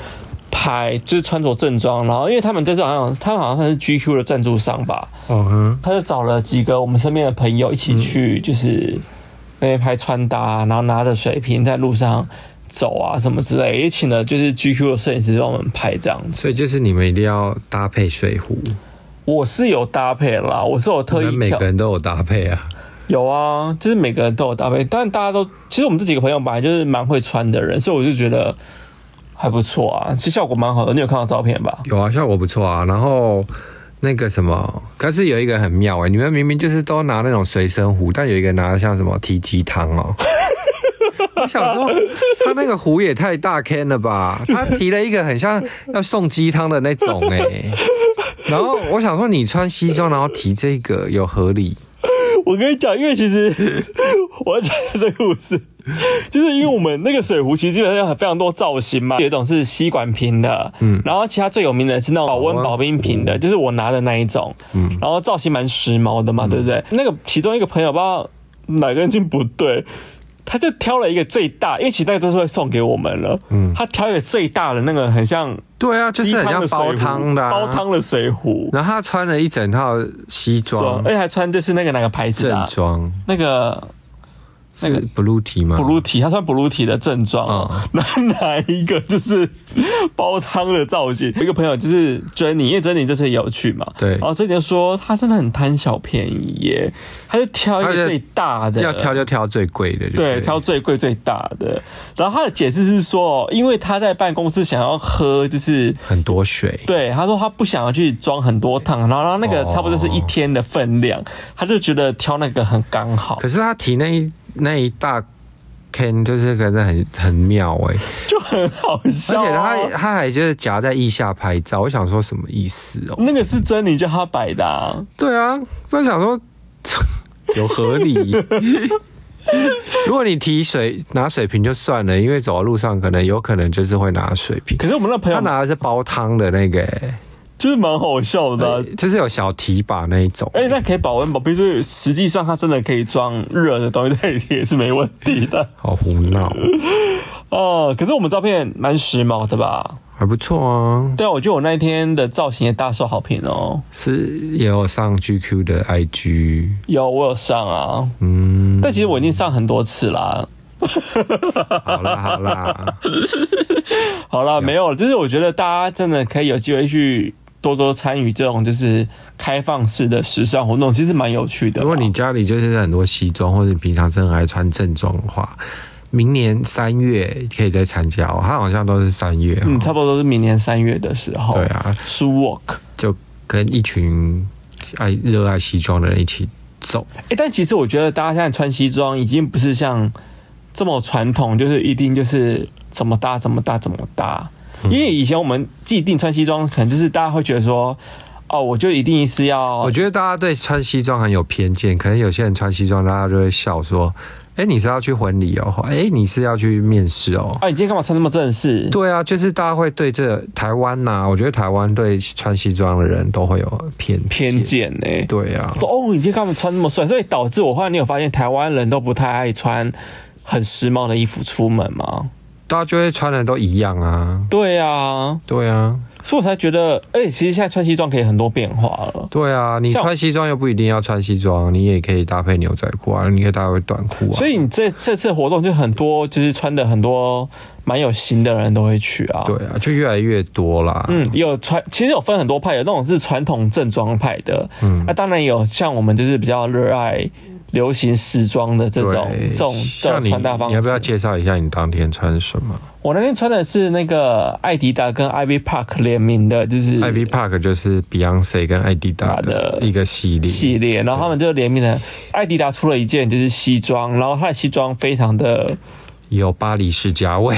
拍，就是穿着正装，然后因为他们在这好像他们好像算是 GQ 的赞助商吧，
哦哼，
他就找了几个我们身边的朋友一起
嗯
去，就是那边拍穿搭，然后拿着水瓶在路上走啊什么之类，也请了就是 GQ 的摄影师帮我们拍这样子。
所以就是你们一定要搭配水壶，
我是有搭配啦，我是有特
可能
意
每
挑
个，人都有搭配啊。
有啊，就是每个人都有搭配，但大家都其实我们这几个朋友本来就是蛮会穿的人，所以我就觉得还不错啊，其实效果蛮好的。你有看到照片吧？
有啊，效果不错啊。然后那个什么，可是有一个很妙哎、你们明明就是都拿那种随身壶，但有一个拿像什么提鸡汤 [laughs] 哦。我想说，他那个壶也太大 can 了吧？他提了一个很像要送鸡汤的那种哎、 [laughs] 然后我想说，你穿西装然后提这个有合理？
我跟你讲，因为其
[laughs]
实我要讲这个故事，就是因为我们那个水壶其实基本上有很非常多造型嘛，有一种是吸管瓶的，嗯，然后其他最有名的是那种保温保冰瓶
嗯
的，就是我拿的那一种，嗯，然后造型蛮时髦的
嗯
嘛，对不对？那个其中一个朋友不知道哪根筋不对。他就挑了一个最大，因为其实那个都是会送给我们了。嗯，他挑一个最大的那个，很像
对啊，就
鸡
是很
汤
像
的水
煲
壶，
汤的、啊、
煲。汤的水壶，
然后他穿了一整套西
说
装
而且还穿就是那个哪个牌子的、
正
啊，
装，
那个
是 blue T 吗
blue 体，他穿 blue 体的正装
嗯，
那、哪一个就是煲汤的造型？有一个朋友就是 Jenny，因为 Jenny 这次也有去嘛，
对
然后 Jenny 就说她真的很贪小便宜耶，她就挑一
她
个
就
最大的，
要挑就挑最贵的，
对，
不
挑最贵最大的。然后她的解释是说，因为她在办公室想要喝，就是。
很多水。
对，她说她不想要去装很多趟，然后然后那个
哦
差不多是一天的分量，她就觉得挑那个很刚好
可。是他提那一那一大 Ken 就是可能很很妙哎、
就很好
而
笑
且
啊、
他他还就是夹在腋下拍照，我想说什么意思哦？
那个是珍妮叫他摆的、啊，
对啊，我想说 [laughs] 有
[laughs]
合理。如果你提水拿水瓶就算了，因为走到路上可能有可能就是会拿水瓶。
可是我们那朋
他
友
拿的是煲汤的那个、欸，
就是蛮好笑的啊、
就是有小提把那一种、
而且哎那可以保温保，比如说实际上它真的可以装热的东西在里面也是没问题的。 [laughs]
好胡闹，
哦，可是我们照片蛮时髦的吧？
还不错啊。
对啊，我觉得我那一天的造型也大受好评哦。
是也有上 GQ 的 IG，
有，我有上啊，
嗯，
但其实我已经上很多次啦。
好啦好
[laughs]
啦，
好啦，没有，就是我觉得大家真的可以有机会去多多参与这种就是开放式的时尚活动，其实蛮有趣的啦。
如果你家里就是很多西装，或者你平常真的爱穿正装的话，明年三月可以再参加、哦，它好像都是三月、哦，
嗯，差不多都是明年三月的时候，
对啊，
s u walk。
就跟一群爱热爱西装的人一起走，
哎、但其实我觉得大家现在穿西装已经不是像这么传统，就是一定就是怎么搭怎么搭怎么搭。因为以前我们既定穿西装，可能就是大家会觉得说，哦，我就一定是要
我，觉得大家对穿西装很有偏见，可能有些人穿西装，大家就会笑说：“哎、你是要去婚礼哦？哎、你是要去面试哦
啊，你今天干嘛穿那么正式？”？
对啊，就是大家会对这台湾呐、我觉得台湾对穿西装的人都会有偏
偏。见呢、
对啊，
说哦，你今天干嘛穿那么帅？所以导致我后来你有发现，台湾人都不太爱穿很时髦的衣服出门吗？
大家就会穿的都一样啊。
对啊，
对啊，
所以我才觉得，而且其实现在穿西装可以很多变化了。
对啊，你
像
穿西装又不一定要穿西装，你也可以搭配牛仔裤啊，你可以搭配短裤啊。
所以你这这次活动就很多，就是穿的很多蛮有型的人都会去啊。
对，啊，就越来越多啦。
嗯，有传，其实有分很多派，有那种是传统正装派的，嗯，那、当然有像我们就是比较热爱流行时装的这种
对，
这种这
像
种
你，
穿搭方
你
式。
要不要介绍一下你当天穿什么？
我那天穿的是那个艾迪达跟 Ivy Park 联名的，就是
IV Park 就是 Beyonce 跟艾迪达的一个系列，
系列，然后他们就联名的，艾迪达出了一件就是西装，然后它的西装非常的
有巴黎世家
[laughs]
味，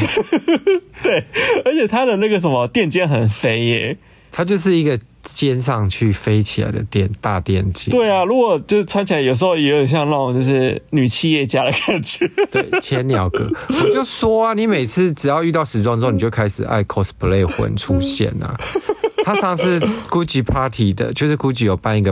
而且它的那个什么垫肩很肥耶。
它就是一个肩上去飞起来的垫大垫肩。
对啊，如果就是穿起来，有时候也有点像那种就是女企业家的感觉。
对，千鸟哥， [laughs] 我就说啊，你每次只要遇到时装之后，你就开始爱 cosplay 魂出现啊。他上次 GUCCI party 的，就是 GUCCI 有办一个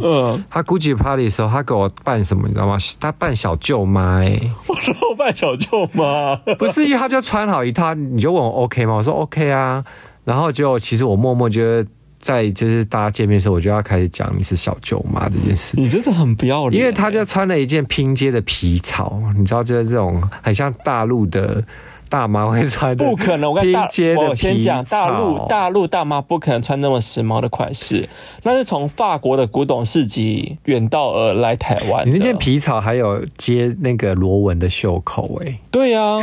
[laughs] 嗯，
他 GUCCI party 的时候，他给我扮什么，你知道吗？他扮小舅妈、欸，
我说我扮小舅妈，
不是，因为他就穿好一套，你就问我 OK 吗？我说 OK 啊，然后就其实我默默觉得。在就是大家见面的时候，我就要开始讲你是小舅妈这件事，
你真的很不要脸。
因为他就穿了一件拼接的皮草，你知道，就是这种很像大陆的大妈会穿的，
不可能，我跟
拼
大
接的
我先
皮
讲，大陆
草
大陆大妈不可能穿那么时髦的款式，那是从法国的古董市集远道而来台湾的。
你那件皮草还有接那个螺纹的袖口、欸，
对呀、啊，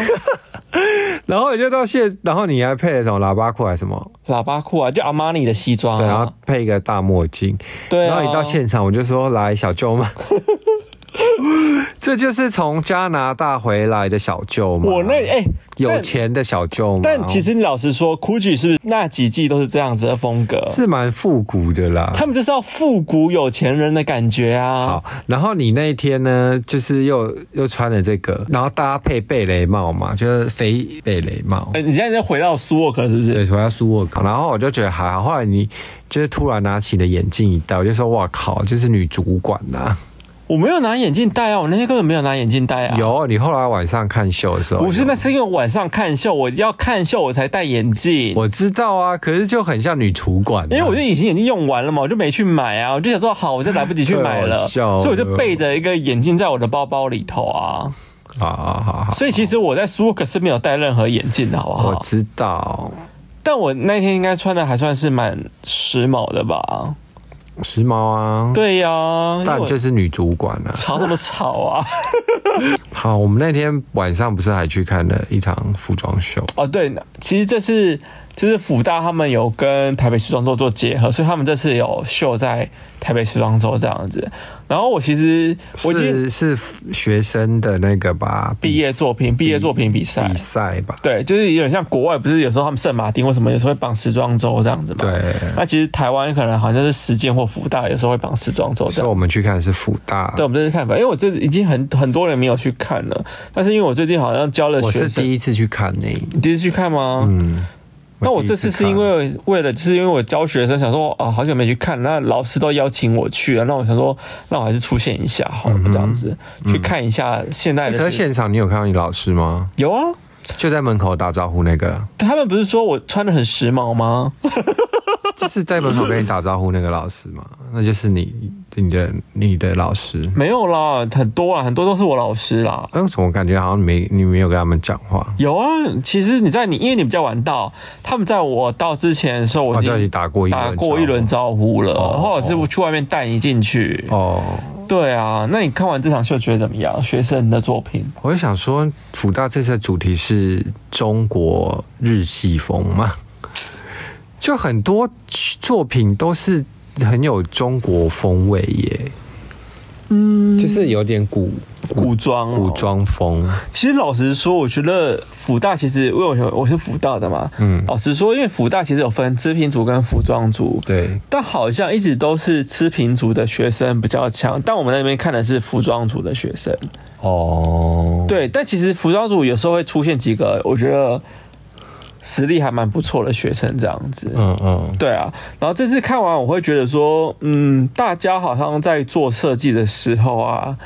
[laughs]
然后你就到现，然后你还配了什么喇叭裤还是什么？
喇叭裤啊，就阿玛尼的西装
对，然后
啊，
配一个大墨镜，
对啊，
然后一到现场，我就说：“来，小舅妈，这就是从加拿大回来的小舅妈，
我那哎、
有
但
钱的小舅妈。”
但其实你老实说，GUCCI 是不是那几季都是这样子的风格？
是蛮复古的啦。
他们就是要复古有钱人的感觉啊。
好，然后你那一天呢，就是又又穿了这个，然后搭配贝雷帽嘛，就是飞贝雷帽
哎、。你现在在回到苏沃克是不是？
对，回到苏沃克，然后我就觉得还好。后来你就是突然拿起你的眼镜一戴，我就说：“哇靠，就是女主管呐、
我没有拿眼镜戴啊，我那天根本没有拿眼镜戴啊。，
有你后来晚上看秀的时候，
不是，那是因为晚上看秀，我要看秀我才戴眼镜。
我知道啊，可是就很像女主管啊、
因为我就隐形眼镜用完了嘛，我就没去买啊，我就想说好，我就来不及去买
太
了，
好 [laughs] 笑了
所以我就背着一个眼镜在我的包包里头啊。
好好好好，
所以其实我在苏沃克是没有戴任何眼镜的，好不
我
好？
知道，
但我那天应该穿的还算是蛮时髦的吧？
时髦啊，，
对呀、因为
但
我
就是女主管啊。
吵什么吵啊？
好，我们那天晚上不是还去看了一场服装秀？
哦，对，其实这次就是福大他们有跟台北时装周做结合，所以他们这次有秀在台北时装周这样子。然后我其实我已经
是是学生的那个吧，
毕业作品、毕业作品比赛
比，赛吧？
对，就是有点像国外，不是有时候他们圣马丁或什么，有时候会绑时装周这样子嘛。
对
那其实台湾可能好像是实践或福大，有时候会绑时装周这
所以
样。
我们去看的是福大，
对，我们这次看法，因为我这已经很很多人没有去看了，但是因为我最近好像教了
我
学
是
生，
第一次去看呢、
你第一次去看吗？
嗯，
那我
第
这
一
次是
看
因为为了，就是因为我教学生想说，哦，好久没去看，那老师都邀请我去了，那我想说，那我还是出现一下好
嗯
了，这样子、去看一下现代的。
可是现场你有看到你老师吗？
有啊，
就在门口打招呼那个，
[laughs] 他们不是说我穿的很时髦
[laughs]
吗？
就是在门口跟你打招呼那个老师嘛，那就是你你的你的老师。
没有啦，很多啊，很多都是我老师啦。
哎，怎么感觉好像没你没有跟他们讲话？
有啊，其实你在你，因为你比较晚到，他们在我到之前的时候，我
哦，
已
叫你
经
打过一
打过一轮
招
招呼了，
哦
或者是我去外面带你进去。
呼哦。
对啊，那你看完这场秀觉得怎么样？学生的作品？
我就想说，福大这次的主题是中国日系风嘛， [laughs] 就很多作品都是很有中国风味耶，嗯，就是有点古
古装、哦
古装风，
其实老实说，我觉得福大其实因为我我是福大的嘛，
嗯
老实说，因为福大其实有分织品组跟服装组，
对，
但好像一直都是织品组的学生比较强，但我们那边看的是服装组的学生，
哦，
对，但其实服装组有时候会出现几个我觉得实力还蛮不错的学生这样子，
嗯嗯，
对啊，然后这次看完，我会觉得说，嗯，大家好像在做设计的时候啊，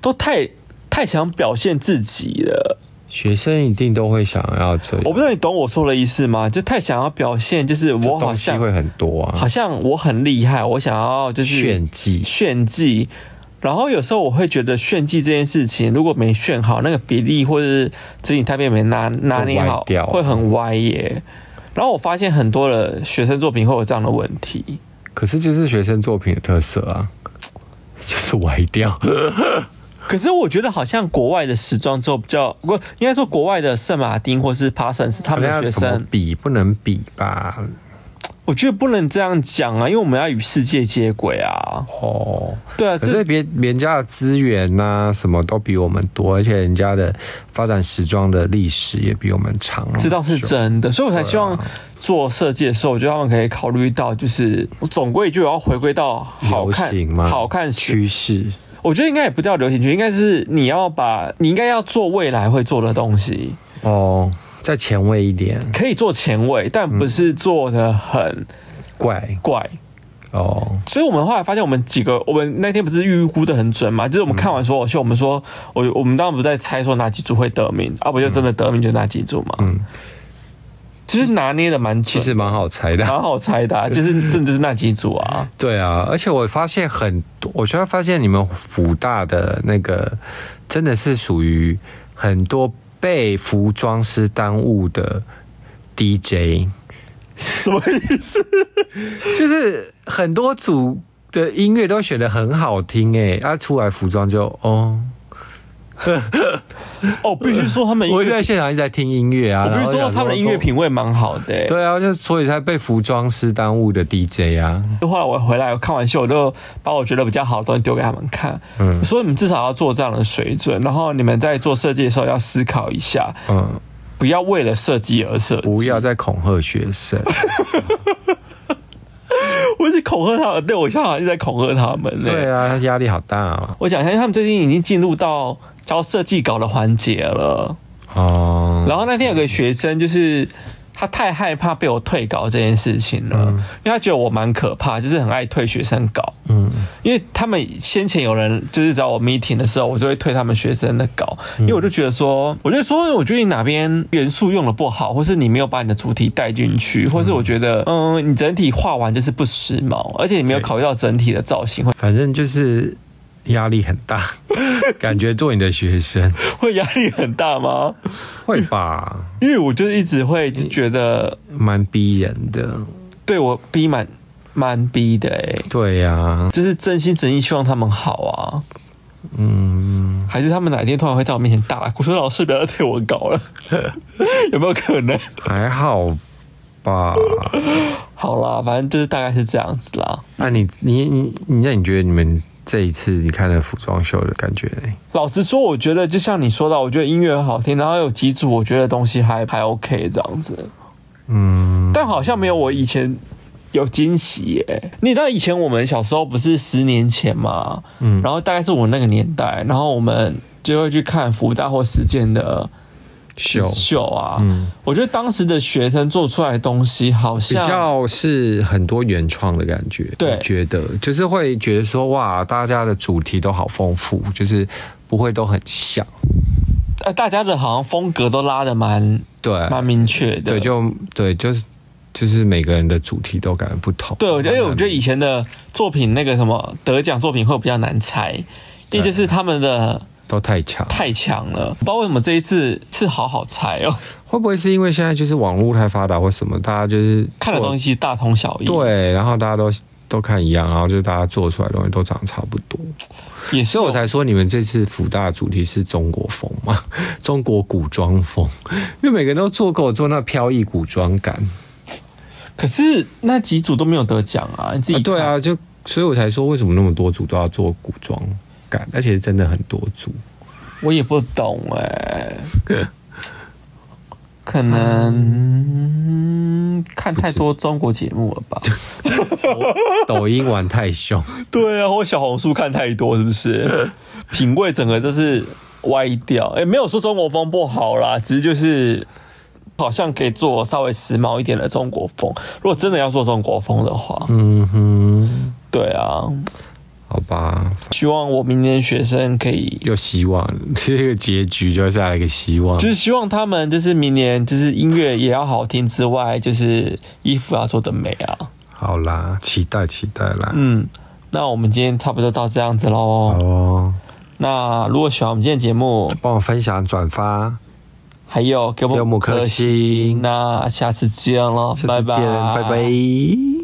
都太太想表现自己了。
学生一定都会想要这样，
我不知道你懂我说的意思吗？就太想要表现，就是我好
东西会
像
很多啊
好，像我很厉害，我想要就是
炫技，
炫技。然后有时候我会觉得炫技这件事情，如果没炫好，那个比例或者是指引太边没拿拿捏
歪
好
掉，
会很歪耶。然后我发现很多的学生作品会有这样的问题。
可是就是学生作品的特色啊，就是歪掉，
可是我觉得好像国外的时装周比较不，应该说国外的圣马丁或是 Parsons
[laughs]
他们的学
怎么
生，
比不能比吧，
我觉得不能这样讲啊，因为我们要与世界接轨啊。
哦。
对啊，
可是
这
别人家的资源呐、什么都比我们多，而且人家的发展时装的历史也比我们长。哦
这倒是真
啊
的，所以我才希望
对
做设计的时候，我觉得他们可以考虑到，就是我总归就要回归到好
流
看
行嘛，
好看区。
趋势。
我觉得应该也不叫流行区，应该是你要把你应该要做未来会做的东西，
哦，再前卫一点，
可以做前卫，但
嗯
不是做的很
怪
怪。
哦，
所以我们后来发现，我们几个，我们那天不是预估的很准嘛？就是我
嗯
们看完所有秀，我们说，我我们当然不在猜说哪几组会得
嗯
名，啊，不就真的得名就哪几组嘛？嗯，其实拿捏的蛮
其
准，
实蛮好猜的。
蛮好猜
[laughs]
的、啊，就是真的就是那几组啊。
对啊，而且我发现很多，我觉得发现你们福大的那个真的是属于很多被服装师耽误的 DJ。
什么意思？
就是很多组的音乐都选的很好听哎、啊，出来服装就哦，
哦，必须说他们音
我就
乐，
在现场一直在听音乐啊，
我必
然
须
后
说
想
他们的音乐，品味蛮好的、欸。
对啊，就所以才被服装师耽误的 DJ 啊，
后来我回来我看完秀，我就把我觉得比较好的东西丢给他们看。嗯，说你们至少要做这样的水准，然后你们在做设计的时候要思考一下，
嗯，
不要为了设计而设计。
不要再恐吓学
[laughs]
生，
我一直恐吓他们，对我现在好像一直在恐吓他们呢、
对啊，压力好大啊，
我讲一下，因为他们最近已经进入到交设计稿的环节了。
哦，
然后那天有个学生，就是他太害怕被我退稿这件事情了，因为他觉得我蛮可怕，就是很爱退学生稿。
嗯，
因为他们先前有人就是找我 meeting 的时候，我就会退他们学生的稿，因为我就觉得说，我就说，我觉得你哪边元素用的不好，或是你没有把你的主题带进去，或是我觉得，嗯，你整体画完就是不时髦，而且你没有考虑到整体的造型会
反正就是压力很
[laughs]
大，感觉做你的学生
会压力很大吗？
会吧，
因为我就是一直会觉得
蛮逼人的，
对我逼蛮蛮逼的哎、
对啊呀、
就是真心真意希望他们好啊。嗯，还是他们哪一天突然会在我面前大哭，说老师不要再对我搞了，有没有可能？
还好吧？
好啦，反正就是大概是这样子啦。
那你你你你，那你觉得你们这一次你看了服装秀的感觉嘞？
老实说，我觉得就像你说的，我觉得音乐很好听，然后有几组我觉得东西还还 OK 这样子，
嗯，
但好像没有我以前有惊喜耶。你知道以前我们小时候不是十年前嘛，嗯，然后大概是我那个年代，然后我们就会去看福大或实践的
秀
秀啊，
嗯
我觉得当时的学生做出来的东西好
比
像
较是很多原创的感觉，
对
我觉得就是会觉得说哇，大家的主题都好丰富，就是不会都很像，
呃，大家的好像风格都拉的蛮
对
蛮明确的，
对，就对就是就是每个人的主题都感觉不同，
对，我觉得因为我觉得以前的作品那个什么得奖作品会比较难猜，
对
一就是他们的
都太强，
太强了，不知道为什么这一次是好好猜哦，
会不会是因为现在就是网络太发达或什么，大家就是
看的
做
东西大同小异，，
对，然后大家都都看一样，然后就是大家做出来的东西都长得差不多，
也是哦
所以我才说你们这次福大的主题是中国风嘛，中国古装风，因为每个人都做够做那飘逸古装感，
可是那几组都没有得奖啊，你自己、
啊对，啊，就所以我才说为什么那么多组都要做古装感，而且是真的很多组，
我也不懂哎、
[laughs]
可能看太多中国节目了吧？
抖抖音玩太凶，
对啊，或小红书看太多是不 [laughs] 是？品味整个就是歪掉。哎、没有说中国风不好啦，只是就是好像可以做稍微时髦一点的中国风。如果真的要做中国风的话，
[laughs] 嗯哼，
对啊，
好吧，
希望我明年学生可以。
又希望 [laughs] 这个结局就下来一个希望，
就是希望他们，就是明年，就是音乐也要好听之外，就是衣服要做的美啊。
好啦，期待期待啦，
嗯，那我们今天差不多到这样子
好
喽。
哦，
那如果喜欢我们今天的节目，
帮我分享转发。
还有给我
给我
们
们五颗星
那下次见了，
下次见，拜拜